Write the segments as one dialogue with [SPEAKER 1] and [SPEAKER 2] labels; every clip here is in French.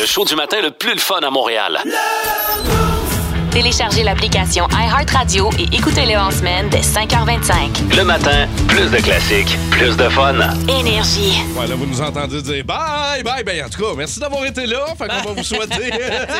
[SPEAKER 1] Le show du matin le plus le fun à Montréal.
[SPEAKER 2] Téléchargez l'application iHeartRadio et écoutez-le en semaine dès 5h25.
[SPEAKER 1] Le matin, plus de classiques, plus de fun.
[SPEAKER 2] Énergie.
[SPEAKER 3] Ouais, là, vous nous entendez dire bye, bye. Ben, en tout cas, merci d'avoir été là. Fait qu'on va vous souhaiter.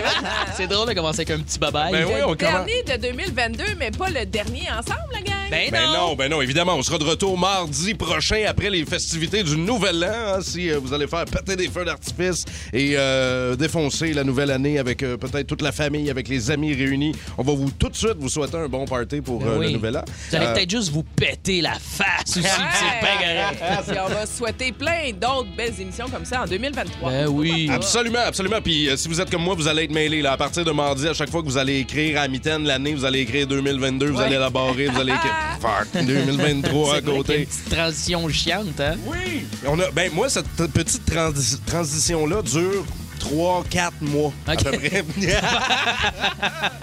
[SPEAKER 4] C'est drôle de commencer avec un petit bye-bye.
[SPEAKER 3] ben oui, on commence.
[SPEAKER 5] Dernier de 2022, mais pas le dernier ensemble, la gang.
[SPEAKER 4] Ben
[SPEAKER 3] Ben non, ben non, évidemment, on sera de retour mardi prochain après les festivités du Nouvel An, hein, si euh, vous allez faire péter des feux d'artifice et euh, défoncer la nouvelle année avec euh, peut-être toute la famille, avec les amis réunis. On va vous tout de suite vous souhaiter un bon party pour euh,
[SPEAKER 4] Ben Oui.
[SPEAKER 3] le Nouvel An.
[SPEAKER 4] Vous allez
[SPEAKER 3] Euh,
[SPEAKER 4] peut-être juste vous péter la face aussi, puis c'est bien correct.
[SPEAKER 5] Ouais. Puis on va souhaiter plein d'autres belles émissions comme ça en
[SPEAKER 3] Ah,
[SPEAKER 5] 2023.
[SPEAKER 4] Ben oui.
[SPEAKER 5] Ah.
[SPEAKER 3] Absolument, absolument. Puis euh, si vous êtes comme moi, vous allez être mêlé. Là. À partir de mardi, à chaque fois que vous allez écrire à mi-temps de l'année, vous allez écrire 2022, vous allez la barrer, vous allez écrire fuck, 2023 à
[SPEAKER 4] C'est vrai qu'il y a Une
[SPEAKER 3] côté.
[SPEAKER 4] petite transition chiante, hein?
[SPEAKER 3] Oui! On a, ben, moi, cette t- petite transi- transition-là dure 3-4 mois, à
[SPEAKER 4] Ok.
[SPEAKER 3] peu près.
[SPEAKER 5] Ah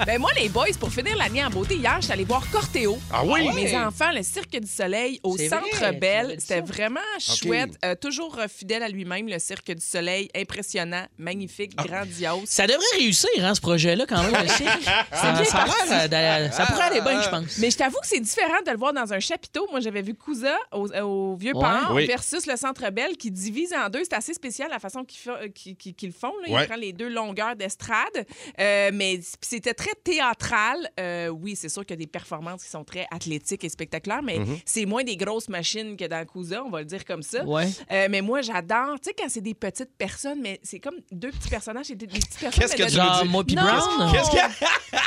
[SPEAKER 5] Ben moi, les boys, pour finir l'année en beauté, hier, je suis allée voir Corteo.
[SPEAKER 3] ah oui?
[SPEAKER 5] Mes enfants, le Cirque du Soleil au
[SPEAKER 4] C'est
[SPEAKER 5] Centre
[SPEAKER 4] vrai, tu m'avais
[SPEAKER 5] Belle.
[SPEAKER 4] dit
[SPEAKER 5] C'était
[SPEAKER 4] ça.
[SPEAKER 5] vraiment chouette. Euh, toujours euh, fidèle à lui-même, le Cirque du Soleil. Impressionnant, magnifique,
[SPEAKER 4] Ah.
[SPEAKER 5] grandiose.
[SPEAKER 4] Ça devrait réussir, hein, ce projet-là, quand même. aussi. ça, ça, a l'air d'aller- ça pourrait aller bien, je pense.
[SPEAKER 5] Mais je t'avoue que c'est différent de le voir dans un chapiteau. Moi, j'avais vu Cousa au, euh, au vieux
[SPEAKER 4] Ouais.
[SPEAKER 5] port
[SPEAKER 3] Oui.
[SPEAKER 5] versus le Centre Belle qui divise en deux. C'est assez spécial la façon qu'ils fa- euh, qu'ils- qu'ils- qu'ils le font. Là. Ils
[SPEAKER 3] Ouais.
[SPEAKER 5] prennent les deux longueurs d'estrade. Euh, mais c- c'était très théâtral. Euh, oui, c'est sûr qu'il y a des performances qui sont très athlétiques et spectaculaires, mais
[SPEAKER 3] Mm-hmm.
[SPEAKER 5] c'est moins des grosses machines que dans Cousa, on va le dire comme ça.
[SPEAKER 4] Ouais.
[SPEAKER 5] Euh, mais moi, j'adore. Tu sais, quand c'est des petites personnes, mais c'est comme deux petits personnages et des, des petites personnes.
[SPEAKER 3] Qu'est-ce
[SPEAKER 5] mais
[SPEAKER 3] que
[SPEAKER 5] de-
[SPEAKER 3] tu veux
[SPEAKER 4] Genre,
[SPEAKER 3] dire?
[SPEAKER 4] moi pis
[SPEAKER 5] Non.
[SPEAKER 4] Brown.
[SPEAKER 3] Qu'est-ce qu'il y a?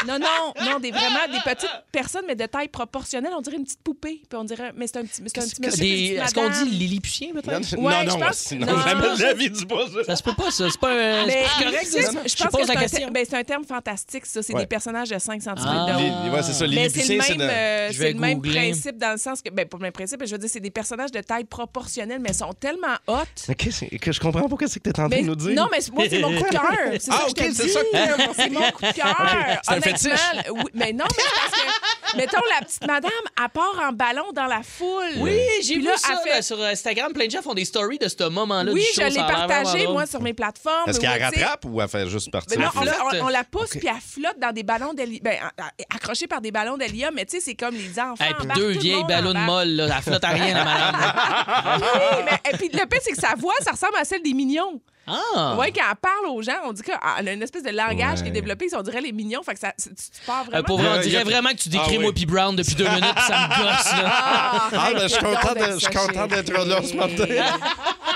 [SPEAKER 5] Non, non, non, des, vraiment des petites personnes, mais de taille proportionnelle. On dirait une petite poupée. Puis on dirait, mais c'est un petit, mais c'est un petit monsieur.
[SPEAKER 4] Des-
[SPEAKER 5] puis une petite
[SPEAKER 4] Est-ce qu'on
[SPEAKER 5] madame.
[SPEAKER 4] dit Lilliputien, peut-être?
[SPEAKER 3] Non,
[SPEAKER 5] Ouais,
[SPEAKER 3] non,
[SPEAKER 5] je
[SPEAKER 3] non,
[SPEAKER 5] pense-
[SPEAKER 3] sinon,
[SPEAKER 5] non,
[SPEAKER 3] jamais
[SPEAKER 5] je-
[SPEAKER 3] la vie dit pas ça.
[SPEAKER 4] Ça se peut pas, ça. C'est pas, un- c'est
[SPEAKER 5] Mais
[SPEAKER 4] pas correct,
[SPEAKER 5] je,
[SPEAKER 4] ça.
[SPEAKER 5] je
[SPEAKER 4] Je
[SPEAKER 5] pense que
[SPEAKER 4] pose
[SPEAKER 5] c'est
[SPEAKER 4] la
[SPEAKER 5] un,
[SPEAKER 4] question.
[SPEAKER 5] ter- ben, c'est un terme fantastique, ça. C'est
[SPEAKER 3] Ouais.
[SPEAKER 5] des personnages de 5 cm
[SPEAKER 4] Ah.
[SPEAKER 5] de haut.
[SPEAKER 3] Les- ouais, c'est ça,
[SPEAKER 5] Mais c'est
[SPEAKER 3] Lilliputien,
[SPEAKER 5] le
[SPEAKER 3] c'est
[SPEAKER 5] même,
[SPEAKER 3] dans-
[SPEAKER 5] euh,
[SPEAKER 4] Je vais
[SPEAKER 5] c'est le même
[SPEAKER 4] googler.
[SPEAKER 5] principe dans le sens que. Ben, pas le même principe, mais je veux dire, c'est des personnages de taille proportionnelle, mais sont tellement hautes.
[SPEAKER 3] Mais qu'est-ce que je comprends pourquoi c'est que t'es en train
[SPEAKER 5] Mais-
[SPEAKER 3] de nous dire?
[SPEAKER 5] Non, mais c'est- moi, c'est mon coup de cœur. C'est
[SPEAKER 3] Ah,
[SPEAKER 5] ça que
[SPEAKER 3] ok,
[SPEAKER 5] je te
[SPEAKER 3] c'est
[SPEAKER 5] dis.
[SPEAKER 3] ça que-
[SPEAKER 5] C'est mon coup de cœur.
[SPEAKER 3] c'est un
[SPEAKER 5] Honnêtement,
[SPEAKER 3] fétiche.
[SPEAKER 5] oui, mais non, mais c'est parce que, mettons, la petite madame, elle part en ballon dans la foule.
[SPEAKER 4] Oui, j'ai
[SPEAKER 5] Puis
[SPEAKER 4] vu
[SPEAKER 5] là,
[SPEAKER 4] ça
[SPEAKER 5] elle fait-
[SPEAKER 4] là, sur euh, Instagram. Plein de gens font des stories de ce moment-là
[SPEAKER 5] Oui,
[SPEAKER 4] du show.
[SPEAKER 5] je l'ai
[SPEAKER 4] ça a l'air vraiment
[SPEAKER 5] partagé,
[SPEAKER 4] drôle.
[SPEAKER 5] moi, sur mes plateformes.
[SPEAKER 3] Est-ce qu'elle
[SPEAKER 5] où, tu sais,
[SPEAKER 3] rattrape ou elle fait juste
[SPEAKER 5] Mais
[SPEAKER 3] partir?
[SPEAKER 5] non,
[SPEAKER 4] Elle
[SPEAKER 5] on,
[SPEAKER 4] flotte.
[SPEAKER 5] on- on la pousse,
[SPEAKER 3] Ok.
[SPEAKER 5] puis elle flotte dans des ballons d'hélium. Ben, en- en- accrochée par des ballons d'hélium, mais tu sais, c'est comme les enfants.
[SPEAKER 4] Hey, puis
[SPEAKER 5] embarquent, tout
[SPEAKER 4] deux
[SPEAKER 5] le
[SPEAKER 4] vieilles
[SPEAKER 5] monde
[SPEAKER 4] ballons de
[SPEAKER 5] embarque.
[SPEAKER 4] molle, là. Elle flotte à rien, la madame. là.
[SPEAKER 5] Oui, mais- et puis le pire, c'est que sa voix, ça ressemble à celle des mignons.
[SPEAKER 4] Ah!
[SPEAKER 5] Ouais, quand elle parle aux gens, on dit qu'elle a une espèce de langage qui est développé, on dirait les mignons. Fait que ça, tu, tu pars
[SPEAKER 4] Euh,
[SPEAKER 5] vraiment.
[SPEAKER 4] pour vrai,
[SPEAKER 3] Il y
[SPEAKER 4] on
[SPEAKER 3] a-
[SPEAKER 4] dirait
[SPEAKER 3] il y a-
[SPEAKER 4] vraiment que tu
[SPEAKER 3] Ah
[SPEAKER 4] décris
[SPEAKER 3] oui.
[SPEAKER 4] moi puis Brown depuis deux minutes, puis ça me gosse, là.
[SPEAKER 5] Ah,
[SPEAKER 3] Ah, ben, je suis
[SPEAKER 5] arrête
[SPEAKER 3] content de-
[SPEAKER 5] donc
[SPEAKER 3] je suis content
[SPEAKER 5] s'acheter.
[SPEAKER 3] d'être là ce matin.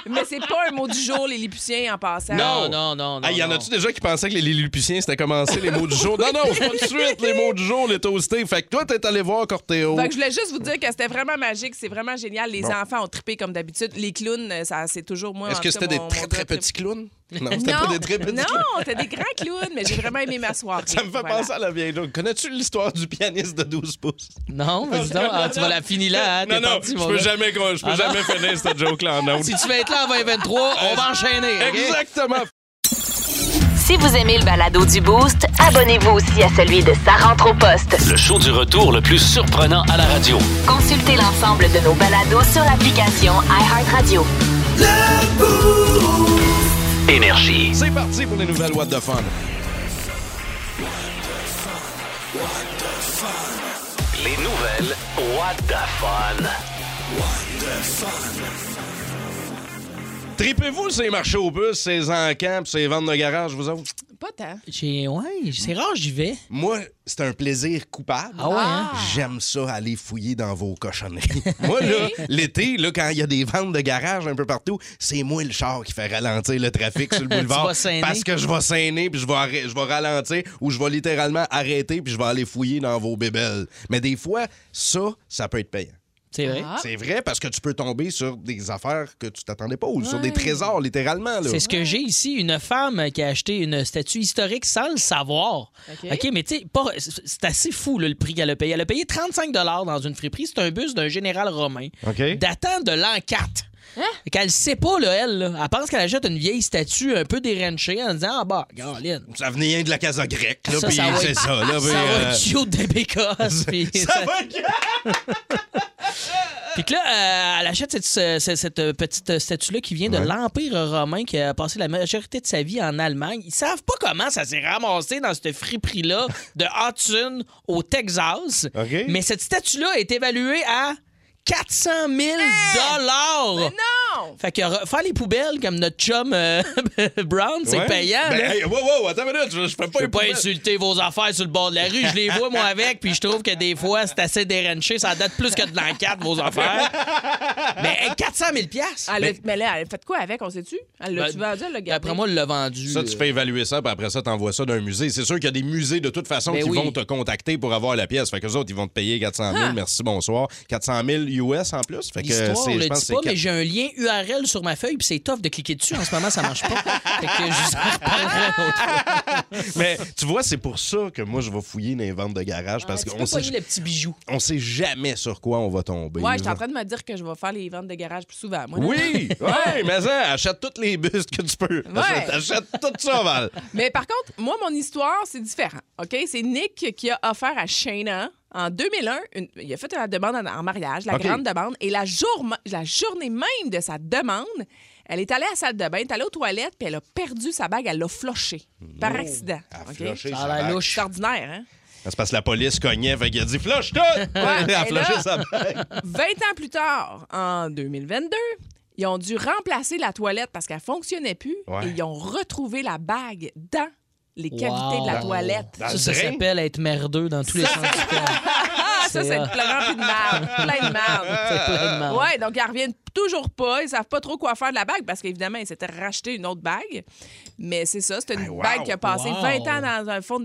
[SPEAKER 5] Mais c'est pas un mot du jour, les Lilliputiens, en passant.
[SPEAKER 4] Non, non, non, non.
[SPEAKER 3] Ah, y en
[SPEAKER 4] non.
[SPEAKER 3] a-tu déjà qui pensaient que les Lilliputiens, c'était commencé les mots du jour? Non, non, c'est pas tout de suite les mots du jour, les toastés. Fait que toi, t'es allé voir Corteo.
[SPEAKER 5] Fait que je voulais juste vous dire que c'était vraiment magique, c'est vraiment génial. Les
[SPEAKER 3] Bon.
[SPEAKER 5] enfants ont trippé comme d'habitude. Les clowns, euh, ça, c'est toujours moi.
[SPEAKER 3] Est-ce
[SPEAKER 5] en
[SPEAKER 3] que
[SPEAKER 5] tout cas,
[SPEAKER 3] c'était des
[SPEAKER 5] mon-
[SPEAKER 3] très,
[SPEAKER 5] mon
[SPEAKER 3] très
[SPEAKER 5] gars trippe.
[SPEAKER 3] petits clowns? Non, c'était pas des très petits
[SPEAKER 5] non,
[SPEAKER 3] clowns.
[SPEAKER 5] c'était des grands clowns, mais j'ai vraiment aimé ma soirée.
[SPEAKER 3] Ça me fait
[SPEAKER 5] Voilà.
[SPEAKER 3] penser à la vieille joke. Connais-tu l'histoire du pianiste de 12 pouces?
[SPEAKER 4] Non, mais dis donc, ah, tu vas la finir là, hein, t'es
[SPEAKER 3] non, non,
[SPEAKER 4] parti,
[SPEAKER 3] je
[SPEAKER 4] mon
[SPEAKER 3] peux
[SPEAKER 4] gars.
[SPEAKER 3] jamais, con- je peux
[SPEAKER 4] Ah, non.
[SPEAKER 3] jamais finir cette joke-là en autre.
[SPEAKER 4] Si tu veux être là en 2023, on
[SPEAKER 3] Euh,
[SPEAKER 4] va enchaîner, OK?
[SPEAKER 3] Exactement.
[SPEAKER 2] Si vous aimez le balado du Boost, abonnez-vous aussi à celui de Sa rentre au poste.
[SPEAKER 1] Le show du retour le plus surprenant à la radio.
[SPEAKER 2] Consultez l'ensemble de nos balados sur l'application iHeartRadio.
[SPEAKER 1] Énergie.
[SPEAKER 3] C'est parti pour les nouvelles What the Fun.
[SPEAKER 1] Les nouvelles What the Fun.
[SPEAKER 3] Tripez-vous ces marchés aux puces, ces encamps, ces ventes de garage, vous autres?
[SPEAKER 5] Pas tant.
[SPEAKER 4] J'ai... Ouais, c'est rare, j'y vais.
[SPEAKER 3] Moi, c'est un plaisir coupable.
[SPEAKER 4] Ah ouais, hein?
[SPEAKER 3] J'aime ça aller fouiller dans vos cochonneries. moi, là, l'été, là, quand il y a des ventes de garage un peu partout, c'est moi le char qui fait ralentir le trafic sur le boulevard.
[SPEAKER 4] vas saigner.
[SPEAKER 3] parce que je vais saigner, puis je vais, arrê- je vais ralentir, ou je vais littéralement arrêter, puis je vais aller fouiller dans vos bébelles. Mais des fois, ça, ça peut être payant.
[SPEAKER 4] C'est vrai.
[SPEAKER 3] C'est vrai parce que tu peux tomber sur des affaires que tu t'attendais pas, ou sur des trésors, littéralement. Là.
[SPEAKER 4] C'est ce que j'ai ici, une femme qui a acheté une statue historique sans le savoir. OK,
[SPEAKER 5] OK.
[SPEAKER 4] mais tu sais, pas- c'est c'est assez fou là, le prix qu'elle a payé. Elle a payé 35 dans une friperie. C'est un bus d'un général romain
[SPEAKER 3] OK.
[SPEAKER 4] datant de l'an 4. Qu'elle sait pas, là, elle. là. Elle pense qu'elle achète une vieille statue un peu déranchée en disant Ah, bah, Caroline.
[SPEAKER 3] Ça venait de la casa grecque, là,
[SPEAKER 4] Ça,
[SPEAKER 3] puis
[SPEAKER 4] ça va
[SPEAKER 3] c'est
[SPEAKER 4] être-
[SPEAKER 3] ça. Là,
[SPEAKER 4] Ça
[SPEAKER 3] puis,
[SPEAKER 4] va
[SPEAKER 3] euh,
[SPEAKER 4] être cute de Bécosse. puis
[SPEAKER 3] ça
[SPEAKER 4] ça-
[SPEAKER 3] va être-
[SPEAKER 4] puis Fait que là, euh, elle achète cette, ce- ce- cette petite statue-là qui vient de l'Empire romain qui a passé la majorité de sa vie en Allemagne. Ils savent pas comment ça s'est ramassé dans cette friperie-là de Hudson au Texas.
[SPEAKER 3] OK.
[SPEAKER 4] Mais cette statue-là est évaluée à 400 000 dollars.
[SPEAKER 5] Non!
[SPEAKER 4] Fait que re- faire les poubelles comme notre chum euh, Brown, c'est
[SPEAKER 3] Ouais.
[SPEAKER 4] payant.
[SPEAKER 3] Ben,
[SPEAKER 4] là.
[SPEAKER 3] hey, wow, wow, attends une minute, je, je fais pas
[SPEAKER 4] Je
[SPEAKER 3] les
[SPEAKER 4] veux pas
[SPEAKER 3] poubelles.
[SPEAKER 4] insulter vos affaires sur le bord de la rue. Je les vois, moi, avec. Puis je trouve que des fois, c'est assez déranché. Ça date plus que de l'enquête, vos affaires. Mais hey, 400 000 piastres.
[SPEAKER 5] Elle l'a- mais... là, elle a fait quoi avec, on sait-tu? Elle l'a-tu
[SPEAKER 4] Ben,
[SPEAKER 5] vendu, elle l'a gardé?
[SPEAKER 4] Après moi, elle l'a vendu. euh,
[SPEAKER 3] Ça, tu fais évaluer ça, puis après ça, t'envoies ça d'un musée. C'est sûr qu'il y a des musées, de toute façon,
[SPEAKER 4] Ben
[SPEAKER 3] qui
[SPEAKER 4] oui. Ah.
[SPEAKER 3] vont te contacter pour avoir la pièce. Fait que autres, ils vont te payer 400 000, merci, bonsoir. 400 000 US en plus. Fait que
[SPEAKER 4] L'histoire, on
[SPEAKER 3] c'est,
[SPEAKER 4] le
[SPEAKER 3] je pense,
[SPEAKER 4] dit
[SPEAKER 3] que
[SPEAKER 4] pas,
[SPEAKER 3] c'est
[SPEAKER 4] mais j'ai un lien URL sur ma feuille, puis c'est tough de cliquer dessus. En ce moment, ça marche pas. Fait que je vous en reparlerai une autre fois.
[SPEAKER 3] Mais tu vois, c'est pour ça que moi, je vais fouiller dans les ventes de garage parce
[SPEAKER 4] Ah, Tu peux
[SPEAKER 3] qu'on sait,
[SPEAKER 4] pogner le petit bijou.
[SPEAKER 3] on sait jamais sur quoi on va tomber.
[SPEAKER 5] Ouais, je suis en train de me dire que je vais faire les ventes de garage plus souvent. Moi, là.
[SPEAKER 3] Oui! ouais, mais ça, achète toutes les bustes que tu peux. Achète, achète tout ça, Val.
[SPEAKER 5] Mais par contre, moi, mon histoire, c'est différent. OK? C'est Nick qui a offert à Shayna. En 2001, une- il a fait la demande en, en mariage, la
[SPEAKER 3] OK.
[SPEAKER 5] grande demande, et la, jour- la journée même de sa demande, elle est allée à la salle de bain, elle est allée aux toilettes, puis elle a perdu sa bague, elle l'a flochée par accident.
[SPEAKER 3] Oh, Elle a
[SPEAKER 5] OK?
[SPEAKER 3] flushé
[SPEAKER 4] Ça
[SPEAKER 3] sa
[SPEAKER 4] a la
[SPEAKER 3] bague.
[SPEAKER 4] louche.
[SPEAKER 5] C'est ordinaire, hein?
[SPEAKER 3] C'est parce que la police cognait, fait qu'il a dit flush tout! Elle a
[SPEAKER 5] et
[SPEAKER 3] flushé
[SPEAKER 5] là-
[SPEAKER 3] sa bague.
[SPEAKER 5] 20 ans plus tard, en 2022, ils ont dû remplacer la toilette parce qu'elle fonctionnait plus
[SPEAKER 3] Ouais.
[SPEAKER 5] et ils ont retrouvé la bague dans les cavités de la
[SPEAKER 4] Wow.
[SPEAKER 5] toilette.
[SPEAKER 3] Dans
[SPEAKER 4] Ça,
[SPEAKER 3] le
[SPEAKER 4] ça
[SPEAKER 3] drain.
[SPEAKER 4] s'appelle être merdeux dans tous les sens du terme.
[SPEAKER 5] Ah, ça,
[SPEAKER 4] C'est,
[SPEAKER 5] c'est
[SPEAKER 4] euh,
[SPEAKER 5] plein de merde. Plein de merde.
[SPEAKER 4] C'est plein de merde.
[SPEAKER 5] Ouais, donc ils en reviennent toujours pas. Ils savent pas trop quoi faire de la bague parce qu'évidemment, ils s'étaient racheté une autre bague. Mais c'est ça, c'est une
[SPEAKER 3] Hey, Ben, wow.
[SPEAKER 5] bague qui a passé
[SPEAKER 4] Wow.
[SPEAKER 5] 20 ans dans un fond de,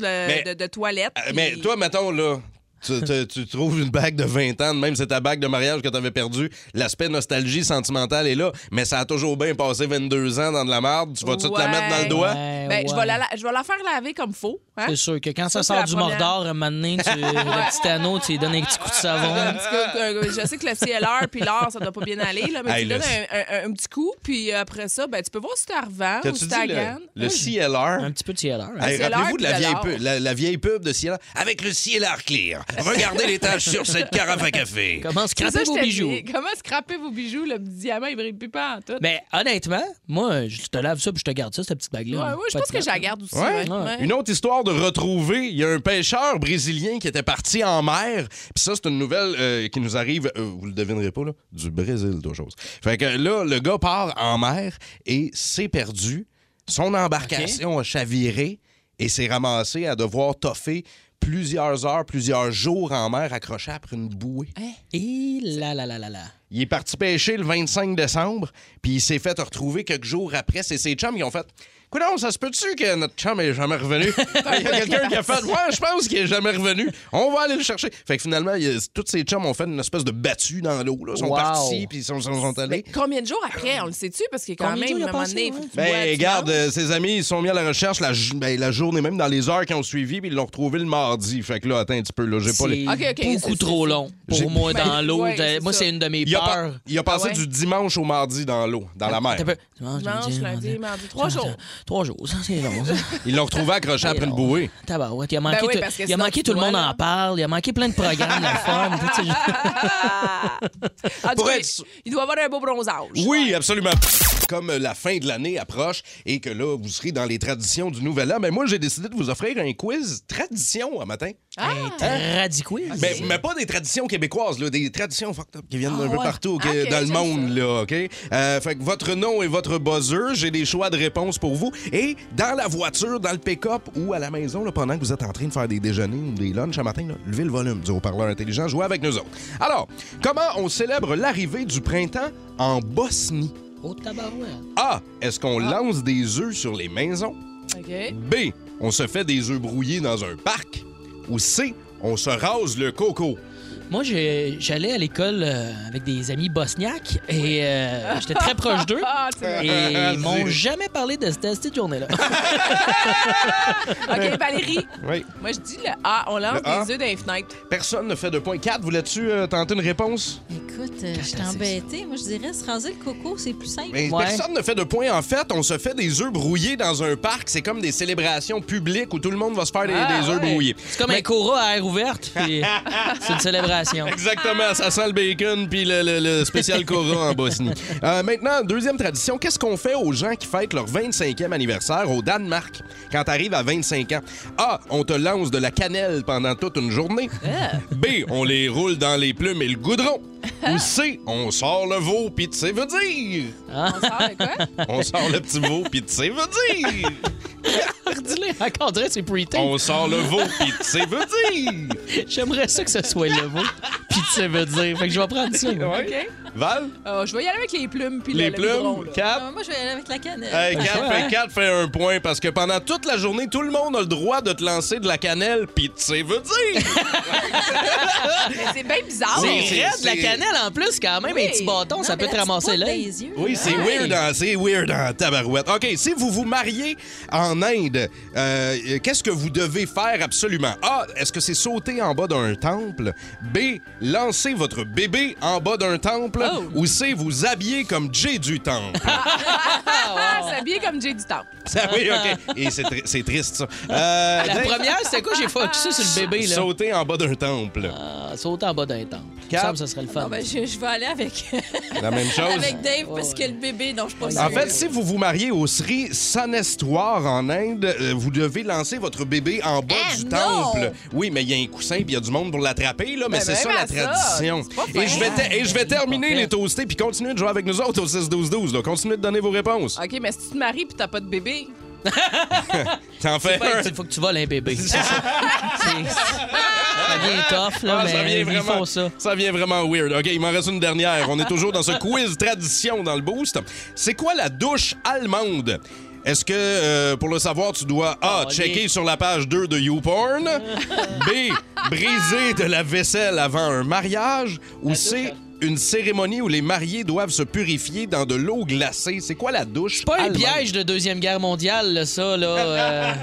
[SPEAKER 5] de- de toilette.
[SPEAKER 3] Euh, Mais
[SPEAKER 5] puis-
[SPEAKER 3] toi, mettons, là, tu, tu- tu trouves une bague de 20 ans, de même c'est ta bague de mariage que t'avais perdue. L'aspect nostalgie sentimentale est là, mais ça a toujours bien passé 22 ans dans de la marde. Tu vas-tu te la
[SPEAKER 5] Ouais.
[SPEAKER 3] mettre dans le doigt?
[SPEAKER 4] Ouais,
[SPEAKER 5] Ben, Je,
[SPEAKER 4] ouais.
[SPEAKER 5] vais la, je vais la faire laver comme faux. hein?
[SPEAKER 4] C'est sûr que quand ça,
[SPEAKER 5] Ça, c'est
[SPEAKER 4] sort
[SPEAKER 5] la
[SPEAKER 4] du
[SPEAKER 5] première.
[SPEAKER 4] Mordor, un moment donné, tu, le petit anneau, tu lui donnes un petit coup de savon.
[SPEAKER 5] Ah, Un petit coup- un- je sais que le CLR puis l'or, ça doit pas bien aller, là, mais
[SPEAKER 3] Hey,
[SPEAKER 5] tu
[SPEAKER 3] le-
[SPEAKER 5] donnes un, un- un petit coup, puis après ça, ben, tu peux voir si t'as revends ou
[SPEAKER 3] T'as-tu
[SPEAKER 5] si
[SPEAKER 3] dit
[SPEAKER 5] t'as
[SPEAKER 3] le,
[SPEAKER 5] gagne.
[SPEAKER 3] le CLR?
[SPEAKER 4] Un petit peu de cieleur. hein.
[SPEAKER 3] Hey,
[SPEAKER 5] CLR
[SPEAKER 3] Rappelez-vous de la
[SPEAKER 5] puis le
[SPEAKER 3] vieille,
[SPEAKER 5] lard.
[SPEAKER 3] pub, la, la vieille pub de CLR avec le CLR Clear. Regardez les taches sur cette carafe à café.
[SPEAKER 4] Comment
[SPEAKER 5] C'est ça
[SPEAKER 4] scraper
[SPEAKER 5] que je
[SPEAKER 4] vos
[SPEAKER 5] t'ai
[SPEAKER 4] bijoux?
[SPEAKER 5] dit. Comment scraper vos bijoux? Le petit diamant, il brille plus pas en tout.
[SPEAKER 4] Ben, honnêtement, moi, je te lave ça puis je te garde ça, cette petite bague-là.
[SPEAKER 5] Ouais, ouais, je
[SPEAKER 4] Pas
[SPEAKER 5] pense
[SPEAKER 4] de
[SPEAKER 5] que je
[SPEAKER 4] stress.
[SPEAKER 5] la garde aussi.
[SPEAKER 3] Ouais. Ah,
[SPEAKER 5] ouais. Ouais.
[SPEAKER 3] Une autre histoire de retrouver, il y a un pêcheur brésilien qui était parti en mer. Puis ça, c'est une nouvelle euh, qui nous arrive, euh, vous le devinerez pas, là, du Brésil, d'autres choses. Fait que là, le gars part en mer et s'est perdu. Son embarcation a chaviré et s'est ramassé à devoir toffer plusieurs heures, plusieurs jours en mer accroché après une bouée.
[SPEAKER 5] Hein?
[SPEAKER 4] Et là, là, là, là, là.
[SPEAKER 3] Il est parti pêcher le 25 décembre, puis il s'est fait retrouver quelques jours après. C'est ses chums qui ont fait Coudon, ça se peut-tu que notre chum est jamais revenu Il y a quelqu'un qui a fait Ouais, je pense qu'il est jamais revenu. On va aller le chercher. Fait que finalement, il y a- tous ces chums ont fait une espèce de battue dans l'eau. là. Ils sont
[SPEAKER 4] Wow.
[SPEAKER 3] partis, puis ils sont, sont- sont
[SPEAKER 5] Mais
[SPEAKER 3] allés.
[SPEAKER 5] combien de jours après, on le sait-tu? Parce que quand
[SPEAKER 4] Combien de jours il
[SPEAKER 5] même,
[SPEAKER 4] a
[SPEAKER 5] à un moment
[SPEAKER 4] passé,
[SPEAKER 5] donné, il
[SPEAKER 4] ouais?
[SPEAKER 5] faut que tu
[SPEAKER 3] Ben,
[SPEAKER 5] bois, tu
[SPEAKER 3] regarde,
[SPEAKER 5] manges.
[SPEAKER 3] euh, ses amis, ils sont mis à la recherche la, j- ben, la journée même, dans les heures qui ont suivi, puis ils l'ont retrouvé le mardi. Fait que là, attends un petit peu, là, j'ai pas les.
[SPEAKER 4] C'est
[SPEAKER 5] Ok, ok, c'est-
[SPEAKER 4] beaucoup
[SPEAKER 5] c'est-
[SPEAKER 4] trop long
[SPEAKER 3] J'ai-
[SPEAKER 4] pour moi
[SPEAKER 5] Ben,
[SPEAKER 4] dans l'eau.
[SPEAKER 5] ouais, c'est
[SPEAKER 4] moi,
[SPEAKER 5] ça.
[SPEAKER 4] c'est une de mes
[SPEAKER 3] Il a, pas-
[SPEAKER 4] peurs.
[SPEAKER 3] il a passé
[SPEAKER 5] Ah ouais?
[SPEAKER 3] du dimanche au mardi dans l'eau, dans la mer.
[SPEAKER 4] T'as peur-
[SPEAKER 3] euh,
[SPEAKER 4] Dimanche,
[SPEAKER 5] Dimanche, lundi, mardi, trois jours.
[SPEAKER 4] hein. Trois jours, ça, c'est long. ça.
[SPEAKER 3] Ils l'ont retrouvé accroché après une
[SPEAKER 4] long.
[SPEAKER 3] bouée.
[SPEAKER 4] Tabarouette, il a manqué,
[SPEAKER 5] Ben oui,
[SPEAKER 4] tout-
[SPEAKER 5] parce que
[SPEAKER 4] il a
[SPEAKER 5] sinon,
[SPEAKER 4] manqué
[SPEAKER 5] tu
[SPEAKER 4] tout le
[SPEAKER 5] vois,
[SPEAKER 4] monde
[SPEAKER 5] là.
[SPEAKER 4] en parle, il a manqué plein de programmes, la forme. tout, tu sais, je-
[SPEAKER 5] En tout
[SPEAKER 3] Pour
[SPEAKER 5] cas,
[SPEAKER 3] être sûr-
[SPEAKER 5] il doit avoir un beau bronzage.
[SPEAKER 3] Oui, absolument. Comme la fin de l'année approche et que là, vous serez dans les traditions du nouvel an, mais moi, j'ai décidé de vous offrir un quiz tradition un matin.
[SPEAKER 4] Un tradiquiz.
[SPEAKER 3] Mais, mais pas des traditions québécoises, là, des traditions fucked up qui viennent d'un
[SPEAKER 5] Ah
[SPEAKER 3] peu
[SPEAKER 5] ouais.
[SPEAKER 3] partout que-
[SPEAKER 5] Ah, ok,
[SPEAKER 3] dans le
[SPEAKER 5] j'aime
[SPEAKER 3] monde. Là, OK? Euh, fait que votre nom et votre buzzer, j'ai des choix de réponses pour vous. Et dans la voiture, dans le pick-up ou à la maison, là, pendant que vous êtes en train de faire des déjeuners ou des lunchs à matin, là, levez le volume du haut-parleur intelligent, jouez avec nous autres. Alors, comment on célèbre l'arrivée du printemps en Bosnie?
[SPEAKER 4] Oh, tabarouette.
[SPEAKER 3] A. Est-ce qu'on lance des œufs sur les maisons?
[SPEAKER 5] OK.
[SPEAKER 3] B. On se fait des œufs brouillés dans un parc? Ou C. On se rase le coco?
[SPEAKER 4] Moi, j'ai- j'allais à l'école euh, avec des amis bosniaques et euh, j'étais très proche d'eux.
[SPEAKER 5] Ah, c'est vrai.
[SPEAKER 4] Et ils m'ont
[SPEAKER 3] Zut.
[SPEAKER 4] jamais parlé de cette, de cette journée-là.
[SPEAKER 5] OK, Valérie.
[SPEAKER 3] Oui.
[SPEAKER 5] Moi, je dis le A. On lance
[SPEAKER 3] Le A.
[SPEAKER 5] des œufs dans les fenêtres.
[SPEAKER 3] Personne ne fait de point 4. Voulais-tu euh, tenter une réponse?
[SPEAKER 6] Écoute, euh, je
[SPEAKER 4] Quand
[SPEAKER 6] t'ai
[SPEAKER 4] ça, c'est
[SPEAKER 6] embêté. Moi, je dirais se raser le coco, c'est plus simple.
[SPEAKER 3] Mais
[SPEAKER 4] Ouais.
[SPEAKER 3] Personne ne fait de point. En fait, on se fait des œufs brouillés dans un parc. C'est comme des célébrations publiques où tout le monde va se faire des,
[SPEAKER 5] Ah,
[SPEAKER 3] des œufs
[SPEAKER 5] ouais.
[SPEAKER 3] brouillés.
[SPEAKER 4] C'est comme un Cora à air ouverte. puis C'est une célébration.
[SPEAKER 3] Exactement, ça sent le bacon puis le, le- le spécial Cora en Bosnie. Euh, maintenant, deuxième tradition, qu'est-ce qu'on fait aux gens qui fêtent leur 25e anniversaire au Danemark quand t'arrives à 25 ans? A, on te lance de la cannelle pendant toute une journée. B, on les roule dans les plumes et le goudron. Ou C, on sort le veau puis tu sais veut dire.
[SPEAKER 5] On sort de quoi?
[SPEAKER 3] On sort le petit veau puis tu sais veut dire.
[SPEAKER 4] Dis-le encore, on dirait que c'est pre-tape.
[SPEAKER 3] On sort le veau puis tu sais veut dire.
[SPEAKER 4] J'aimerais ça que ce soit le mot. Puis ça veut dire. Fait que je vais prendre ça. moi.
[SPEAKER 5] OK.
[SPEAKER 3] Val,
[SPEAKER 5] Euh, je vais y aller avec les plumes puis le-
[SPEAKER 3] les
[SPEAKER 5] le goudron,
[SPEAKER 3] plumes,
[SPEAKER 5] là.
[SPEAKER 3] Cap.
[SPEAKER 6] Non, Euh, moi, je vais aller avec la cannelle.
[SPEAKER 3] Hey,
[SPEAKER 4] Pas le
[SPEAKER 3] 4
[SPEAKER 4] choix,
[SPEAKER 3] fait
[SPEAKER 4] hein?
[SPEAKER 3] 4 fait un point parce que pendant toute la journée, tout le monde a le droit de te lancer de la cannelle, pis tu sais, veut dire.
[SPEAKER 5] Mais c'est bien bizarre.
[SPEAKER 4] C'est
[SPEAKER 3] Oui,
[SPEAKER 4] raide,
[SPEAKER 3] c'est-
[SPEAKER 4] la cannelle en plus, quand même.
[SPEAKER 5] Oui.
[SPEAKER 4] Un petit bâton,
[SPEAKER 6] Non,
[SPEAKER 4] ça
[SPEAKER 6] mais
[SPEAKER 4] peut
[SPEAKER 6] la
[SPEAKER 4] te
[SPEAKER 6] petite
[SPEAKER 4] ramasser
[SPEAKER 6] pointe
[SPEAKER 4] là.
[SPEAKER 6] dans les yeux,
[SPEAKER 3] Oui,
[SPEAKER 6] là.
[SPEAKER 3] c'est weird, hein, c'est weird en tabarouette. OK, si vous vous mariez en Inde, euh, euh, qu'est-ce que vous devez faire absolument? A, est-ce que c'est sauter en bas d'un temple? B, lancer votre bébé en bas d'un temple?
[SPEAKER 4] Oh.
[SPEAKER 3] Ou C, vous habiller comme Jay du temple?
[SPEAKER 5] Ah, s'habiller comme Jay du Temple.
[SPEAKER 3] Ça, oui, OK. Et c'est tri- c'est triste, ça. Euh,
[SPEAKER 4] La
[SPEAKER 3] Dave,
[SPEAKER 4] première, c'était quoi? J'ai focusé sur le bébé, là.
[SPEAKER 3] Sauter en bas d'un temple.
[SPEAKER 4] Ah, Sauter en bas d'un temple.
[SPEAKER 3] Cap.
[SPEAKER 4] Ça, ça serait le
[SPEAKER 6] Non,
[SPEAKER 4] fun.
[SPEAKER 6] ben, je, je vais aller avec,
[SPEAKER 3] La même chose.
[SPEAKER 6] avec Dave parce
[SPEAKER 4] ouais.
[SPEAKER 6] que le bébé, non, je suis pas sûre.
[SPEAKER 3] En fait, si vous vous mariez au Sri Sanestoir en Inde, euh, vous devez lancer votre bébé en bas
[SPEAKER 5] Eh,
[SPEAKER 6] Ah,
[SPEAKER 3] du
[SPEAKER 6] non!
[SPEAKER 3] temple. Oui, mais il y a un coussin puis il y a du monde pour l'attraper, là, mais
[SPEAKER 5] Ben,
[SPEAKER 3] c'est
[SPEAKER 5] même
[SPEAKER 3] ça la
[SPEAKER 5] à ça,
[SPEAKER 3] tradition.
[SPEAKER 5] c'est pas
[SPEAKER 3] Et je vais, te- et je vais terminer
[SPEAKER 4] Pas
[SPEAKER 3] les
[SPEAKER 4] fait.
[SPEAKER 3] toastés puis continuez de jouer avec nous autres au 6-12-12. là. Continuez de donner vos réponses.
[SPEAKER 5] OK, mais si tu te maries puis t'as pas de bébé,
[SPEAKER 3] T'en fais un.
[SPEAKER 4] Il faut que tu voles un bébé. C'est ça. C'est- Ça devient tough, là,
[SPEAKER 3] Ah,
[SPEAKER 4] mais
[SPEAKER 3] ça, vient
[SPEAKER 4] ils
[SPEAKER 3] vraiment,
[SPEAKER 4] font ça.
[SPEAKER 3] ça vient vraiment weird. OK, il m'en reste une dernière. On est toujours dans ce quiz tradition dans le boost. C'est quoi la douche allemande? Est-ce que, euh, pour le savoir, tu dois A,
[SPEAKER 4] Oh,
[SPEAKER 3] checker
[SPEAKER 4] les-
[SPEAKER 3] sur la page 2 de YouPorn, B, briser de la vaisselle avant un mariage, ou C, une cérémonie où les mariés doivent se purifier dans de l'eau glacée? C'est quoi la douche
[SPEAKER 4] Pas un
[SPEAKER 3] allemande?
[SPEAKER 4] piège de Deuxième Guerre mondiale, là, ça, là. euh,